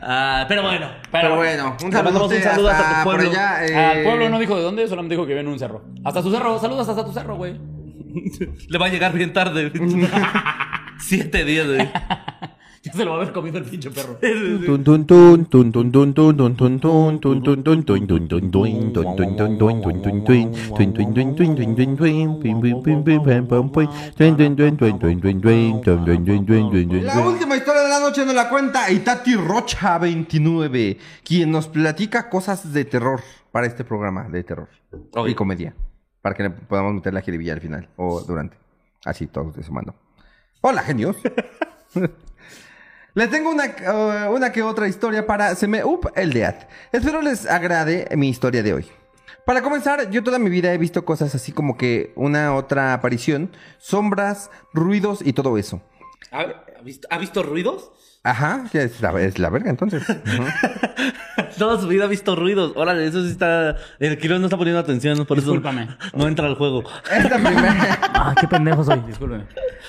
Speaker 4: Ah, pero bueno.
Speaker 2: Pero bueno, un
Speaker 4: Le
Speaker 2: saludo,
Speaker 4: mandamos un saludo hasta tu
Speaker 2: hasta por
Speaker 4: pueblo.
Speaker 2: allá. eh,
Speaker 3: Al pueblo no dijo de dónde, solamente dijo que vive en un cerro. Hasta su cerro, saludos hasta tu cerro, güey.
Speaker 4: Le va a llegar bien tarde. Siete días de.
Speaker 3: Ya se lo va a haber comido el pinche perro.
Speaker 5: Tun, tun, tun, tun, tun, tun, tun, tun, tun, tun, tun, tun, tun, tun, tun, tun, tun, tun, tun, tun, tun, tun, tun, tun, tun, tun, tun, tun, tun, tun, tun, pim, pim, pim, pim, pam, pam, pum, tun, tun, tun, tun, tun, tun, tun, tun, tun, tun, tun, tun, tun,
Speaker 2: La
Speaker 5: tun.
Speaker 2: última historia de la noche nos la cuenta Itati Rocha 29, quien nos platica cosas de terror para este programa de terror
Speaker 4: Ok.
Speaker 2: y comedia, para que le podamos meter la jeribilla al final o durante. Así todos de sumando. Hola, genios. Les tengo una, eh, una que otra historia para Se me up el dead. Espero les agrade mi historia de hoy. Para comenzar, yo toda mi vida he visto cosas así como que una otra aparición, sombras, ruidos y todo eso.
Speaker 4: ¿Ha, ha visto, ha visto ruidos?
Speaker 2: Ajá, que es la, es la verga entonces. Ujú.
Speaker 4: Toda su vida ha visto ruidos. Órale, eso sí está. El Quirón no está poniendo atención, por
Speaker 3: Discúlpame.
Speaker 4: eso no entra al juego.
Speaker 2: Esta primera
Speaker 3: Ah, qué pendejo soy, discúlpeme.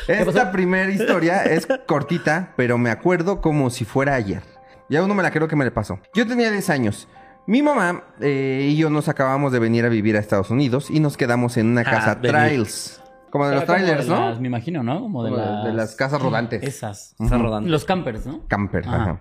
Speaker 2: esta primer historia es cortita, pero me acuerdo como si fuera ayer. Y aún no me la creo que me le pasó. Yo tenía 10 años. Mi mamá eh, y yo nos acabamos de venir a vivir a Estados Unidos y nos quedamos en una
Speaker 4: Ah,
Speaker 2: casa
Speaker 4: venir.
Speaker 2: trails. Como de los
Speaker 3: Como de
Speaker 2: trailers, ¿no?
Speaker 3: las- me imagino, ¿no? Como de,
Speaker 2: Como de-
Speaker 3: las...
Speaker 2: de las casas rodantes.
Speaker 3: Esas.
Speaker 4: Está rodando.
Speaker 3: Los campers, ¿no?
Speaker 2: Camper,
Speaker 3: Ajá.
Speaker 2: ajá.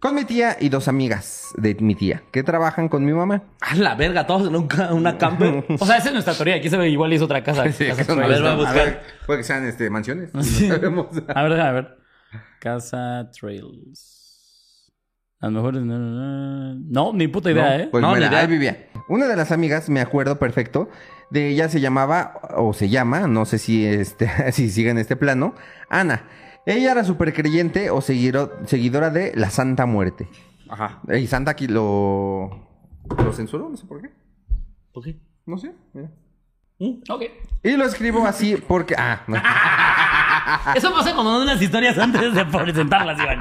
Speaker 2: Con mi tía y dos amigas de mi tía que trabajan con mi mamá.
Speaker 4: A la verga, todos en un ca- una camper.
Speaker 3: O sea, esa es nuestra teoría. Aquí se ve igual y es otra casa.
Speaker 2: Sí,
Speaker 3: Casa
Speaker 2: que son-
Speaker 4: a ver, vamos a buscar.
Speaker 2: puede que sean este, mansiones.
Speaker 3: Sí.
Speaker 2: No sabemos.
Speaker 3: A ver, déjame ver. Casa Trails. A lo mejor. No, ni puta idea,
Speaker 2: No,
Speaker 3: ¿eh?
Speaker 2: Pues
Speaker 4: No,
Speaker 2: mira,
Speaker 4: ni idea.
Speaker 2: ahí vivía. Una de las amigas, me acuerdo perfecto, de ella se llamaba, o se llama, no sé si, este, si sigue en este plano, Ana. Ella era súper creyente o seguiro- seguidora de la Santa Muerte.
Speaker 4: Ajá.
Speaker 2: Y Santa aquí lo, lo censuró, no sé por qué.
Speaker 4: ¿Por qué?
Speaker 2: No sé, mira.
Speaker 3: Ok.
Speaker 2: Y lo escribo así porque... Ah, no.
Speaker 3: Eso pasa cuando dan las historias antes de presentarlas, Iván.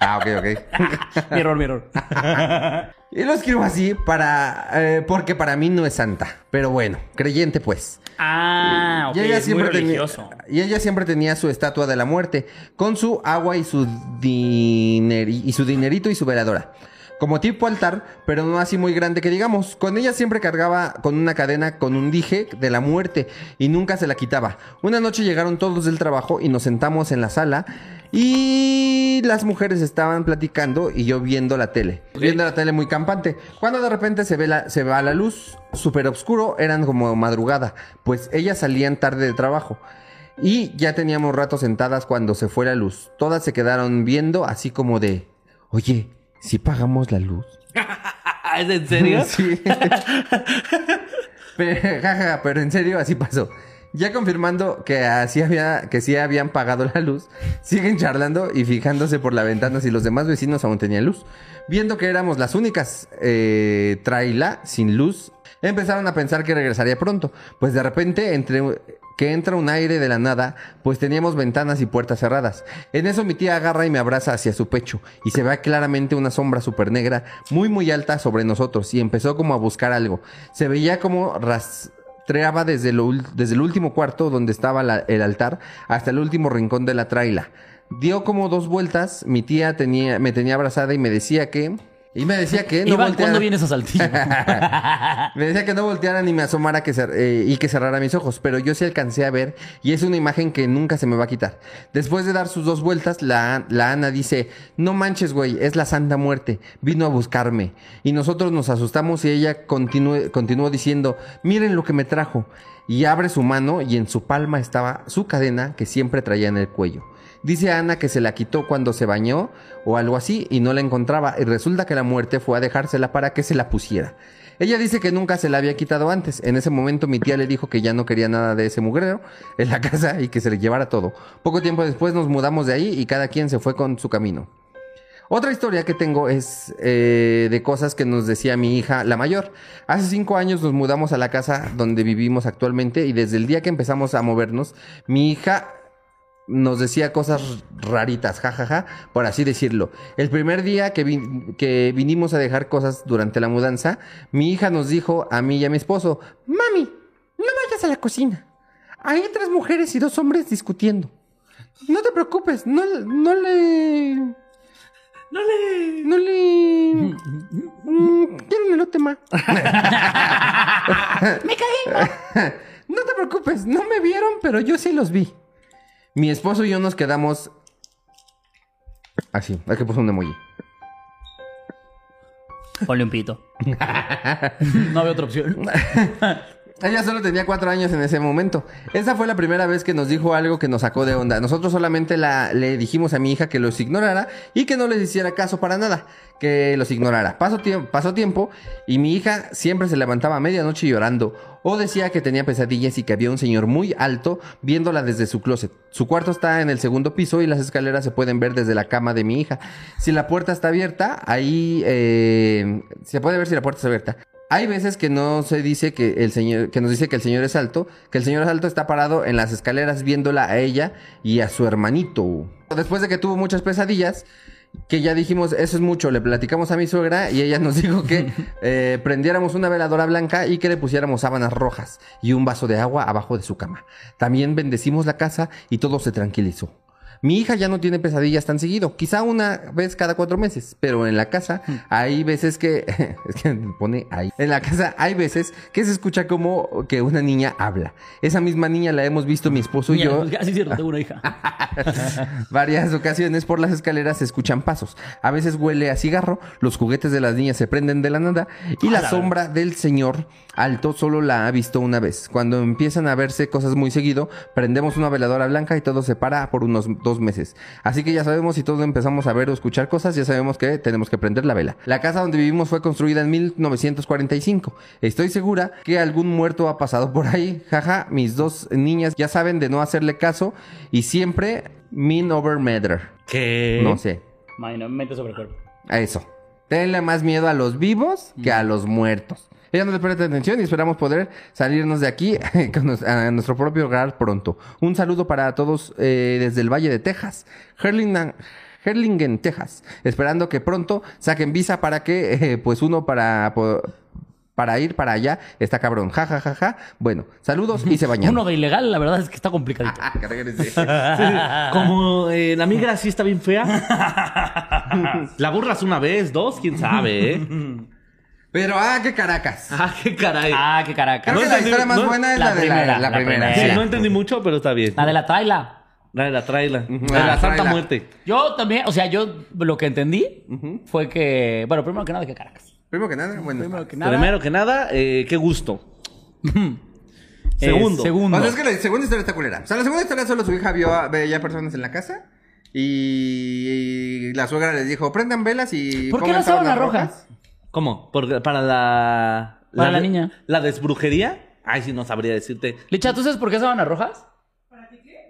Speaker 2: ah ok, ok.
Speaker 3: Mi error, mi error.
Speaker 2: Y lo escribo así para... eh, porque para mí no es santa. Pero bueno, creyente pues.
Speaker 3: Ah, ok.
Speaker 2: Y ella,
Speaker 3: es muy
Speaker 2: siempre tenía,
Speaker 3: religioso.
Speaker 2: y ella siempre tenía su estatua de la muerte, con su agua y su, dineri- y su dinerito y su veladora. Como tipo altar, pero no así muy grande que digamos. Con ella siempre cargaba con una cadena con un dije de la muerte y nunca se la quitaba. Una noche llegaron todos del trabajo y nos sentamos en la sala y las mujeres estaban platicando y yo viendo la tele. Viendo la tele muy campante. Cuando de repente se, ve la, se va la luz, súper oscuro, eran como madrugada, pues ellas salían tarde de trabajo. Y ya teníamos rato sentadas cuando se fue la luz. Todas se quedaron viendo así como de, oye, si pagamos la luz.
Speaker 4: ¿Es en serio?
Speaker 2: Sí. pero, jaja, pero en serio, así pasó. Ya confirmando que así había, que sí habían pagado la luz, siguen charlando y fijándose por la ventana si los demás vecinos aún tenían luz. Viendo que éramos las únicas eh, traila sin luz, empezaron a pensar que regresaría pronto. Pues de repente, entre que entra un aire de la nada, pues teníamos ventanas y puertas cerradas. En eso mi tía agarra y me abraza hacia su pecho y se ve claramente una sombra súper negra muy muy alta sobre nosotros y empezó como a buscar algo. Se veía como rastreaba desde, lo ul- desde el último cuarto donde estaba la- el altar hasta el último rincón de la traila. Dio como dos vueltas, mi tía tenía, me tenía abrazada y me decía que... Y me decía que...
Speaker 3: Iván,
Speaker 2: volteara.
Speaker 3: ¿cuándo vienes a Saltillo?
Speaker 2: Me decía que no volteara ni me asomara que cer- eh, y que cerrara mis ojos, pero yo sí alcancé a ver y es una imagen que nunca se me va a quitar. Después de dar sus dos vueltas, la, la Ana dice, no manches, güey, es la Santa Muerte, vino a buscarme. Y nosotros nos asustamos y ella continue- continuó diciendo, miren lo que me trajo. Y abre su mano y en su palma estaba su cadena que siempre traía en el cuello. Dice Ana que se la quitó cuando se bañó o algo así y no la encontraba y resulta que la muerte fue a dejársela para que se la pusiera. Ella dice que nunca se la había quitado antes. En ese momento mi tía le dijo que ya no quería nada de ese mugrero en la casa y que se le llevara todo. Poco tiempo después nos mudamos de ahí y cada quien se fue con su camino. Otra historia que tengo es eh, de cosas que nos decía mi hija, la mayor. Hace cinco años nos mudamos a la casa donde vivimos actualmente y desde el día que empezamos a movernos, mi hija nos decía cosas raritas, jajaja, por así decirlo. El primer día que, vin- que vinimos a dejar cosas durante la mudanza, mi hija nos dijo a mí y a mi esposo, Mami, no vayas a la cocina. Hay tres mujeres y dos hombres discutiendo. No te preocupes, no, no le... No le... No le... Mm, Quiero un elote, ma.
Speaker 3: Me cagué.
Speaker 2: No te preocupes, no me vieron, pero yo sí los vi. Mi esposo y yo nos quedamos. Así, hay que puso un emoji.
Speaker 3: Ponle un pito. no había otra opción.
Speaker 2: Ella solo tenía cuatro años en ese momento. Esa fue la primera vez que nos dijo algo que nos sacó de onda. Nosotros solamente la- le dijimos a mi hija que los ignorara y que no les hiciera caso para nada, que los ignorara. Pasó, tiemp- pasó tiempo y mi hija siempre se levantaba a medianoche llorando o decía que tenía pesadillas y que había un señor muy alto viéndola desde su closet. Su cuarto está en el segundo piso y las escaleras se pueden ver desde la cama de mi hija. Si la puerta está abierta, ahí eh, se puede ver si la puerta está abierta. Hay veces que no se dice que el señor, que nos dice que el señor es alto, que el señor es alto está parado en las escaleras viéndola a ella y a su hermanito. Después de que tuvo muchas pesadillas, que ya dijimos, eso es mucho, le platicamos a mi suegra y ella nos dijo que eh, prendiéramos una veladora blanca y que le pusiéramos sábanas rojas y un vaso de agua abajo de su cama. También bendecimos la casa y todo se tranquilizó. Mi hija ya no tiene pesadillas tan seguido, quizá una vez cada cuatro meses, pero en la casa hay veces que, es que me pone ahí, en la casa hay veces que se escucha como que una niña habla. Esa misma niña la hemos visto mi esposo y
Speaker 3: Mira,
Speaker 2: yo
Speaker 3: pues, ah, sí, es cierto, tengo una hija.
Speaker 2: varias ocasiones por las escaleras se escuchan pasos. A veces huele a cigarro, los juguetes de las niñas se prenden de la nada y la sombra del señor alto solo la ha visto una vez. Cuando empiezan a verse cosas muy seguido, prendemos una veladora blanca y todo se para por unos dos meses. Así que ya sabemos si todos empezamos a ver o escuchar cosas, ya sabemos que tenemos que prender la vela. La casa donde vivimos fue construida en 1945. Estoy segura que algún muerto ha pasado por ahí. Jaja, mis dos niñas ya saben de no hacerle caso y siempre mean over matter.
Speaker 4: ¿Qué?
Speaker 2: No sé.
Speaker 3: Imagina, mente sobre cuerpo.
Speaker 2: A eso. Tenle más miedo a los vivos que a los muertos. Ella no le presta atención y esperamos poder salirnos de aquí con nos- a nuestro propio hogar pronto. Un saludo para todos eh, desde el Valle de Texas, Herlingan, Herlingen, Texas. Esperando que pronto saquen visa para que, eh, pues uno para, po- para ir para allá está cabrón. Ja, ja, ja, ja. Bueno, saludos y se bañan.
Speaker 3: Uno de ilegal, la verdad es que está complicadito.
Speaker 2: Ah, que regrese.
Speaker 4: Como eh, la migra sí está bien fea. la burras una vez, dos, quién sabe, ¿eh?
Speaker 2: Pero, ah, qué caracas.
Speaker 4: ah, qué caray.
Speaker 3: Ah, qué caracas.
Speaker 2: Creo que la historia más
Speaker 4: no-
Speaker 2: buena es la,
Speaker 3: la
Speaker 2: de la-
Speaker 3: primera,
Speaker 2: la,
Speaker 3: la
Speaker 2: primera.
Speaker 3: primera.
Speaker 4: Sí,
Speaker 2: sí.
Speaker 4: no entendí mucho, pero está bien.
Speaker 3: La de la traila.
Speaker 4: La de la traila.
Speaker 2: La
Speaker 4: La de la Santa
Speaker 2: traila.
Speaker 4: Muerte.
Speaker 3: Yo también, o sea, yo lo que entendí fue que, bueno, primero que nada, que Caracas.
Speaker 2: Primero que nada, bueno.
Speaker 3: Primero que nada.
Speaker 4: Primero que nada, eh, qué gusto.
Speaker 3: eh,
Speaker 4: segundo.
Speaker 3: Segundo.
Speaker 2: O sea, Pues es que la segunda historia está culera. O sea, la segunda historia solo su hija vio a, veía personas en la casa y, y la suegra les dijo, prendan velas y...
Speaker 3: ¿Por qué
Speaker 2: pongan
Speaker 3: las sábanas
Speaker 2: sábanas
Speaker 3: rojas?
Speaker 4: ¿Cómo? Porque para la.
Speaker 3: Para la
Speaker 4: de-
Speaker 3: niña.
Speaker 4: ¿La desbrujería? Ay, sí, no sabría decirte.
Speaker 3: Licha, ¿tú sabes por qué sábanas rojas?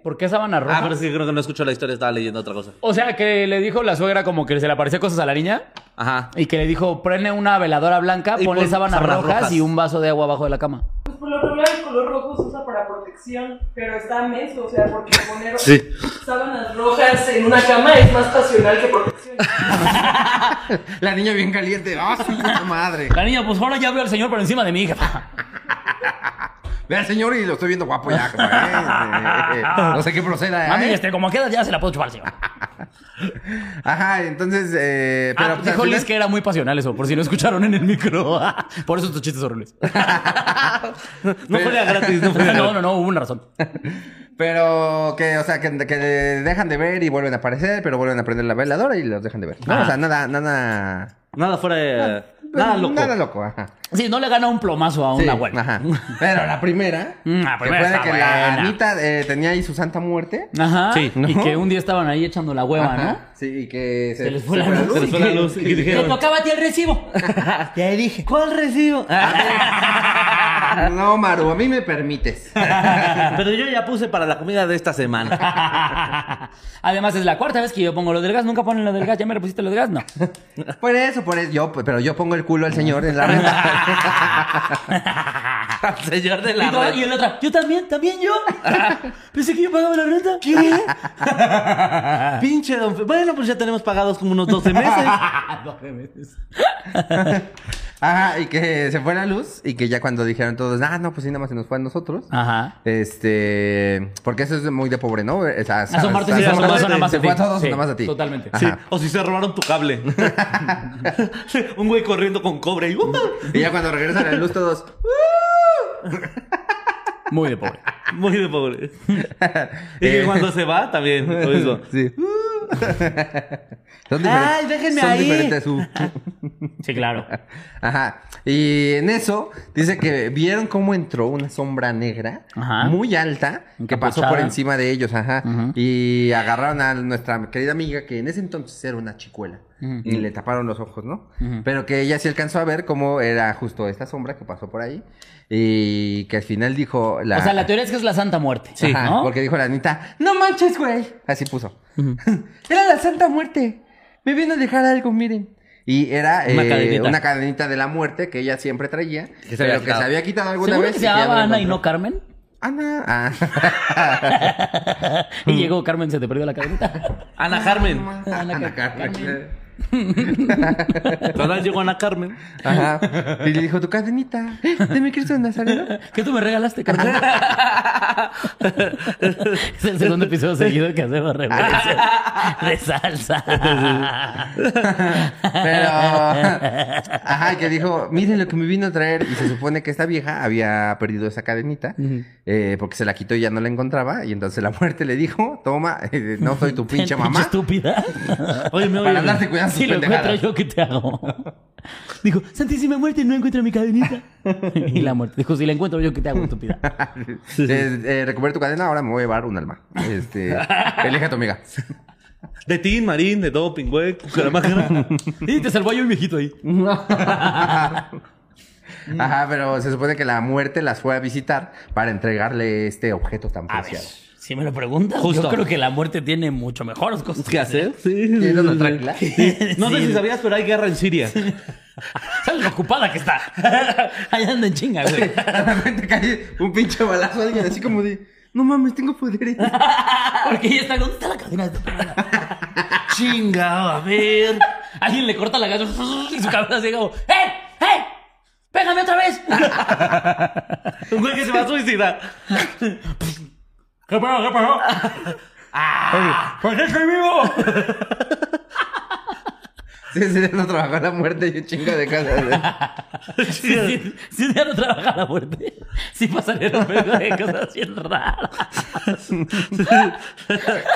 Speaker 3: ¿Por qué sábanas
Speaker 4: Ah,
Speaker 3: rojas?
Speaker 4: pero sí, creo que no escucho la historia, estaba leyendo otra cosa.
Speaker 3: O sea, que le dijo la suegra como que se le aparecía cosas a la niña
Speaker 4: Ajá.
Speaker 3: y que le dijo, prende una veladora blanca,
Speaker 4: Y
Speaker 3: ponle
Speaker 4: pon
Speaker 3: sábanas
Speaker 4: sábanas
Speaker 3: rojas,
Speaker 4: rojas.
Speaker 3: y un vaso de agua abajo de la cama.
Speaker 6: Pues por lo regular el color rojo se usa para protección, pero está menso, o sea, porque poner
Speaker 4: Sí.
Speaker 6: sábanas rojas en una cama es más pasional que protección.
Speaker 2: La niña bien caliente. ¡Ah, su puta madre!
Speaker 3: La niña, pues ahora ya veo al señor por encima de mi hija.
Speaker 2: Vea, señor, y lo estoy viendo guapo ya. como, eh, eh, eh, no sé qué proceda.
Speaker 3: Mami,
Speaker 2: ¿eh?
Speaker 3: este, como queda ya se la puedo chupar, señor.
Speaker 2: Ajá, entonces... Eh, pero
Speaker 3: Ah,
Speaker 2: pues, al
Speaker 3: dijo
Speaker 2: final-
Speaker 3: Liz que era muy pasional eso, por si no escucharon en el micro. por eso estos chistes horribles.
Speaker 4: No fue la gratis, no fue la
Speaker 3: No,
Speaker 4: gratis.
Speaker 3: no, no, hubo una razón.
Speaker 2: Pero que, o sea, que, que dejan de ver y vuelven a aparecer, pero vuelven a prender la veladora y los dejan de ver.
Speaker 3: Ah.
Speaker 2: ¿no? O sea, nada, nada...
Speaker 4: Nada fuera de. Nada loco.
Speaker 2: Nada loco, ajá.
Speaker 3: Sí, no le gana un plomazo a un
Speaker 2: Sí,
Speaker 3: Nahual.
Speaker 2: Ajá. Pero la primera,
Speaker 3: Mm, la primera
Speaker 2: que fue de
Speaker 3: está
Speaker 2: que la
Speaker 3: buena.
Speaker 2: Anita eh, tenía ahí su santa muerte.
Speaker 3: Ajá.
Speaker 4: Sí.
Speaker 3: Y
Speaker 2: ¿No?
Speaker 3: que un día estaban ahí echando la hueva,
Speaker 2: Ajá,
Speaker 3: ¿no?
Speaker 2: Sí, y que
Speaker 3: Se les fue la luz.
Speaker 4: Se les fue la luz. Y
Speaker 3: Te
Speaker 4: dijeron.
Speaker 3: tocaba a ti el recibo.
Speaker 4: ¿Cuál recibo?
Speaker 2: No, Maru, a mí me permites.
Speaker 4: Pero yo ya puse para la comida de esta semana.
Speaker 3: Además, es la cuarta vez que yo pongo lo del gas. Nunca ponen lo del gas. ¿Ya me repusiste lo del gas? No.
Speaker 2: Por eso, por eso. Yo, pero yo pongo el culo al señor en la renta.
Speaker 4: Señor de
Speaker 3: Y,
Speaker 4: la
Speaker 3: todo- y
Speaker 4: red.
Speaker 3: el otro, yo también, también yo. Pensé que yo pagaba la renta.
Speaker 4: Pinche don. Fe- Bueno, pues ya tenemos pagados como unos 12 meses.
Speaker 2: Ajá, y que se fue la luz y que ya cuando dijeron todos, ah, no, pues sí, nada más se nos fue a nosotros.
Speaker 3: Ajá.
Speaker 2: Este, porque eso es muy de pobre, ¿no? O sea,
Speaker 3: Asomarte sí,
Speaker 2: asomarte,
Speaker 3: asomarse nada más
Speaker 2: se
Speaker 3: a ti.
Speaker 2: fue a todos
Speaker 3: Sí,
Speaker 2: nada más a ti. Ah.
Speaker 3: totalmente.
Speaker 4: Sí,
Speaker 2: Ajá.
Speaker 4: O si se robaron tu cable. Un güey corriendo con cobre. Y, uh,
Speaker 2: Y ya cuando regresa la luz todos,
Speaker 3: Muy de pobre.
Speaker 4: Muy de pobre. y que
Speaker 2: Eh.
Speaker 4: cuando se va, también. Lo mismo.
Speaker 2: Sí. Son
Speaker 4: Ay,
Speaker 2: diferentes-
Speaker 4: déjenme
Speaker 2: son
Speaker 4: ahí.
Speaker 2: diferentes, uh.
Speaker 3: Sí, claro.
Speaker 2: Ajá. Y en eso dice que vieron cómo entró una sombra negra
Speaker 3: Ajá.
Speaker 2: muy alta que pasó
Speaker 3: Encapuchada.
Speaker 2: por encima de ellos, ajá. Y agarraron a nuestra querida amiga que en ese entonces era una chicuela y le taparon los ojos, ¿no? Pero que ella sí alcanzó a ver cómo era justo esta sombra que pasó por ahí y que al final dijo la
Speaker 3: O sea, la teoría es que es la Santa Muerte. Sí,
Speaker 2: Ajá,
Speaker 3: ¿no?
Speaker 2: Porque dijo la Anita, no manches, güey. Así puso. era la Santa Muerte. Me vino a dejar algo, miren. Y era eh,
Speaker 4: Una
Speaker 2: una,
Speaker 4: cadenita.
Speaker 2: cadenita. de la muerte que ella siempre traía,
Speaker 4: Que se había
Speaker 2: pero que
Speaker 4: quitado.
Speaker 2: se había quitado alguna
Speaker 3: ¿Seguro
Speaker 2: vez.
Speaker 3: que
Speaker 2: y
Speaker 3: se
Speaker 2: ya
Speaker 3: llamaba
Speaker 2: la
Speaker 3: Ana y
Speaker 2: encontró.
Speaker 3: no Carmen?
Speaker 2: Ana. Ah.
Speaker 3: y llegó Carmen, se te perdió la cadenita.
Speaker 4: Ana Carmen.
Speaker 3: Ana
Speaker 2: Ana
Speaker 3: Carmen.
Speaker 2: Carmen.
Speaker 4: Cuando llegó Ana Carmen.
Speaker 2: Ajá. Y le dijo, tu cadenita. ¿eh? ¿De mi Cristo Nazareno?
Speaker 3: ¿Qué tú me regalaste, Carmen? es el segundo episodio seguido que hacemos referencias de salsa.
Speaker 2: Pero. Ajá, que dijo, miren lo que me vino a traer. Y se supone que esta vieja había perdido esa cadenita eh, porque se la quitó y ya no la encontraba. Y entonces la muerte le dijo, toma, eh, no soy tu pinche
Speaker 3: Pinche
Speaker 2: mamá.
Speaker 3: estúpida.
Speaker 4: Oye, me
Speaker 2: Para andarte cuidando sus
Speaker 3: Si lo encuentro
Speaker 2: pendejadas.
Speaker 3: yo, ¿qué te hago? Dijo, Santísima Muerte, no encuentro mi cadenita. Y la muerte dijo, si la encuentro yo, ¿qué te hago, estúpida?
Speaker 2: Eh, eh, recuperé tu cadena, ahora me voy a llevar un alma. Este, elige a tu amiga.
Speaker 4: De Tin, Marín, de Doping, güey. Cucaramaca.
Speaker 3: Y te salvó yo un viejito ahí.
Speaker 2: Ajá, pero se supone que la muerte las fue a visitar para entregarle este objeto tan preciado.
Speaker 3: Si me lo preguntas,
Speaker 4: Justo.
Speaker 3: yo creo que la muerte tiene mucho mejores cosas.
Speaker 4: ¿Qué hacer? Sí.
Speaker 2: ¿Quieres una tranquila?
Speaker 4: No sé si sabías, pero hay guerra en Siria.
Speaker 3: ¿Sabes lo ocupada que está? Allá anda en chinga, güey.
Speaker 2: De repente cae un pinche balazo a alguien así como de, no mames, tengo poderes.
Speaker 3: Porque ella está, ¿dónde está la cadena de esta perra? Chinga, a ver. Alguien le corta la cabeza y su cabeza así como, ¡eh! ¡eh! ¡Pégame otra vez!
Speaker 4: Un güey que se va a suicidar.
Speaker 3: ¿Qué pasó? ¿Qué pasó? ¡Ah! ¡Pues estoy vivo!
Speaker 2: Sí, sí, no trabajó la muerte y un chingo de cosas. ¿eh?
Speaker 3: Si sí, sí, ya no trabaja la muerte, sí pasaría un pedo de cosas bien raras.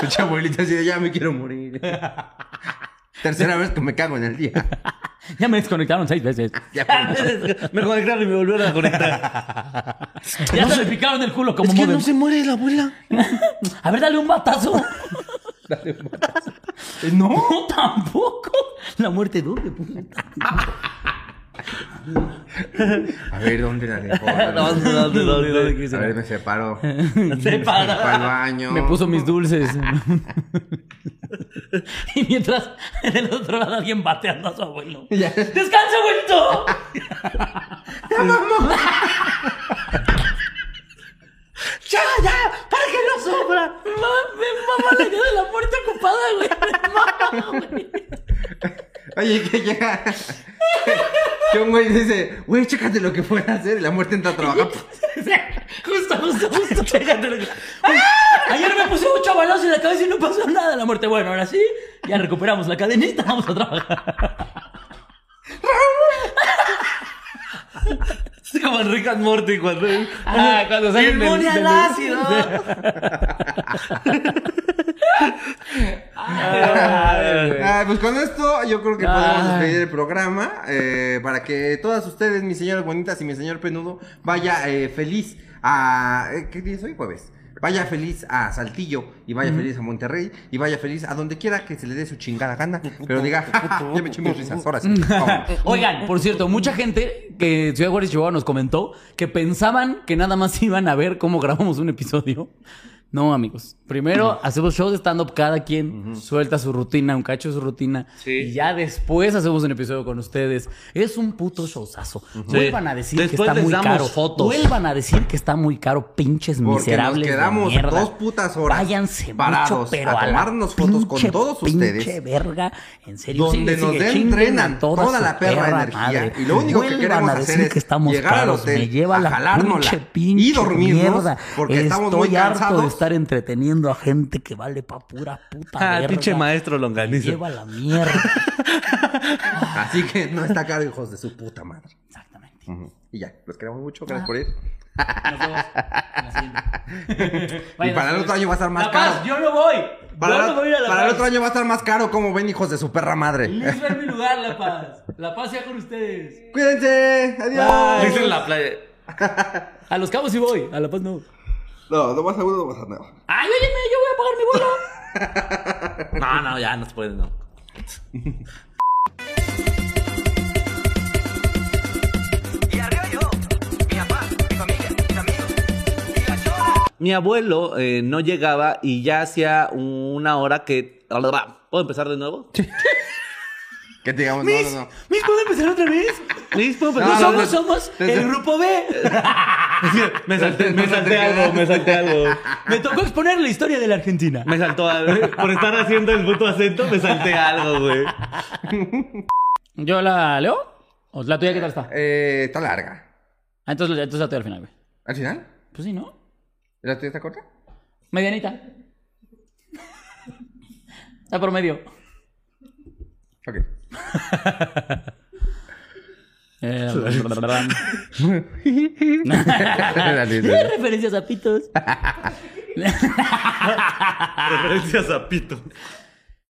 Speaker 2: Pinche abuelita así de, ya me quiero morir. Tercera vez que me cago en el día.
Speaker 3: Ya me desconectaron seis veces.
Speaker 2: Ya, pues,
Speaker 4: Me conectaron y me volvieron a conectar.
Speaker 3: Ya se me picaron el culo como modem.
Speaker 4: muere la abuela.
Speaker 3: A ver, dale un batazo.
Speaker 2: no.
Speaker 3: No, tampoco. La muerte pues. duele. puta.
Speaker 2: A ver, ¿dónde la dejó? A
Speaker 4: ¿Dónde, dónde, dónde? dónde?
Speaker 2: ver, me separo.
Speaker 4: Se
Speaker 2: Me fue al baño.
Speaker 3: Me puso mis dulces. y mientras en el otro lado alguien bateando a su abuelo.
Speaker 2: Ya.
Speaker 3: ¡Descansa, abuelito!
Speaker 4: ¡Ya, ya! ¡Para que no sobra!
Speaker 3: Mamá, mamá, la idea de la muerte ocupada, güey. Me mama, güey.
Speaker 2: Oye, que llega. Que un güey dice, güey, chécate lo que puede hacer. Y la muerte entra a trabajar.
Speaker 3: Justo, justo, justo. ¡Ah! Chécate lo que- Ay, Ayer me puse un chavalazo en la cabeza y no pasó nada. La muerte, bueno, ahora sí. Ya recuperamos la cadenita, vamos a trabajar.
Speaker 4: Es como en Rick and Morty cuando...
Speaker 3: Ah, cuando salen del-
Speaker 4: ¡Inmune al
Speaker 3: del-
Speaker 4: ácido! Ay, güey.
Speaker 2: Ah, pues con esto yo creo que podemos
Speaker 3: Ay.
Speaker 2: despedir el programa eh, para que todas ustedes, mis señoras bonitas y mi señor penudo, vaya eh, feliz a... eh, ¿Qué día es hoy? Jueves. Vaya feliz a Saltillo y vaya feliz a Monterrey y vaya feliz a donde quiera que se le dé su chingada gana. Pero diga, "Ja, ja, ya me eché mis risas, ahora sí. vámonos".
Speaker 7: Oigan, por cierto, mucha gente que Ciudad Juárez Chihuahua nos comentó que pensaban que nada más iban a ver cómo grabamos un episodio. No, amigos. Primero hacemos shows de stand-up, cada quien suelta su rutina, un cacho de su rutina.
Speaker 4: Sí.
Speaker 7: Y ya después hacemos un episodio con ustedes. Es un puto showzazo. Vuelvan a decir que
Speaker 4: Después
Speaker 7: está
Speaker 4: les
Speaker 7: muy
Speaker 4: damos
Speaker 7: caro.
Speaker 4: fotos.
Speaker 7: Vuelvan a decir que está muy caro, pinches
Speaker 2: Porque nos
Speaker 7: miserables. de
Speaker 2: quedamos
Speaker 7: mierda.
Speaker 2: dos putas horas
Speaker 7: Váyanse
Speaker 2: parados
Speaker 7: mucho, pero
Speaker 2: a
Speaker 7: la
Speaker 2: tomarnos fotos con
Speaker 7: pinche,
Speaker 2: todos
Speaker 7: pinche
Speaker 2: ustedes.
Speaker 7: verga, en serio.
Speaker 2: Donde
Speaker 7: sigue,
Speaker 2: nos
Speaker 7: sigue,
Speaker 2: den,
Speaker 7: chinguen
Speaker 2: drenan
Speaker 7: a
Speaker 2: toda
Speaker 7: su
Speaker 2: la perra energía. Y lo único que
Speaker 7: Vuelvan
Speaker 2: queremos
Speaker 7: a
Speaker 2: hacer
Speaker 7: decir
Speaker 2: es
Speaker 7: que estamos
Speaker 2: llegar al
Speaker 7: caros,
Speaker 2: hotel,
Speaker 7: me lleva
Speaker 2: a
Speaker 7: la
Speaker 2: jalárnosla
Speaker 7: pinche, pinche
Speaker 2: y dormirnos,
Speaker 7: mierda.
Speaker 2: porque
Speaker 7: Estoy
Speaker 2: estamos muy
Speaker 7: harto
Speaker 2: cansados.
Speaker 7: de estar entreteniendo a gente que vale pa' pura puta
Speaker 4: Ah,
Speaker 7: verga.
Speaker 4: pinche maestro
Speaker 7: Me
Speaker 4: longaniza.
Speaker 7: lleva la mierda.
Speaker 2: Así que no está caro, hijos de su puta madre.
Speaker 7: Exactamente.
Speaker 2: Y ya, los queremos mucho, gracias
Speaker 3: Ah.
Speaker 2: por ir.
Speaker 3: Nos vemos en la siguiente.
Speaker 2: Y para el otro año va a estar más
Speaker 3: La Paz,
Speaker 2: caro.
Speaker 3: yo no voy.
Speaker 2: Para,
Speaker 3: yo
Speaker 2: el-
Speaker 3: no voy a La
Speaker 2: para el
Speaker 3: Paz.
Speaker 2: otro año va a estar más caro, como ven, hijos de su perra madre.
Speaker 3: Liz va en mi lugar, La Paz. La Paz sea con ustedes.
Speaker 2: Cuídense, adiós.
Speaker 4: Dicen la playa.
Speaker 3: A Los Cabos sí voy, a La Paz no.
Speaker 2: No, lo más seguro no pasa nada.
Speaker 3: Ay, óyeme, yo voy a pagar mi vuelo.
Speaker 4: No, no, ya no se puede, no. Mi abuelo eh, no llegaba y ya hacía una hora que... ¿Puedo empezar de nuevo?
Speaker 2: Que te digamos, no, no, no.
Speaker 3: Mis, ¿puedo empezar otra vez?
Speaker 4: Sí, ¿puedo
Speaker 2: No,
Speaker 4: empezar?
Speaker 2: no,
Speaker 3: Nosotros
Speaker 2: no.
Speaker 3: somos el grupo B.
Speaker 4: Me salté, me salté algo, me salté algo.
Speaker 3: Me tocó exponer la historia de la Argentina.
Speaker 4: Me saltó algo. Por estar haciendo el puto acento, me salté algo, güey.
Speaker 3: ¿Yo la leo? ¿O la tuya qué tal está?
Speaker 2: Eh, está larga.
Speaker 3: Ah, entonces, entonces la tuya al final, güey.
Speaker 2: ¿Al final?
Speaker 3: Pues sí, ¿no?
Speaker 2: ¿La tuya está corta?
Speaker 3: Medianita. Está promedio.
Speaker 2: Ok.
Speaker 3: Eh,
Speaker 2: Dale, dale.
Speaker 3: referencias a pitos.
Speaker 4: Referencias a pito.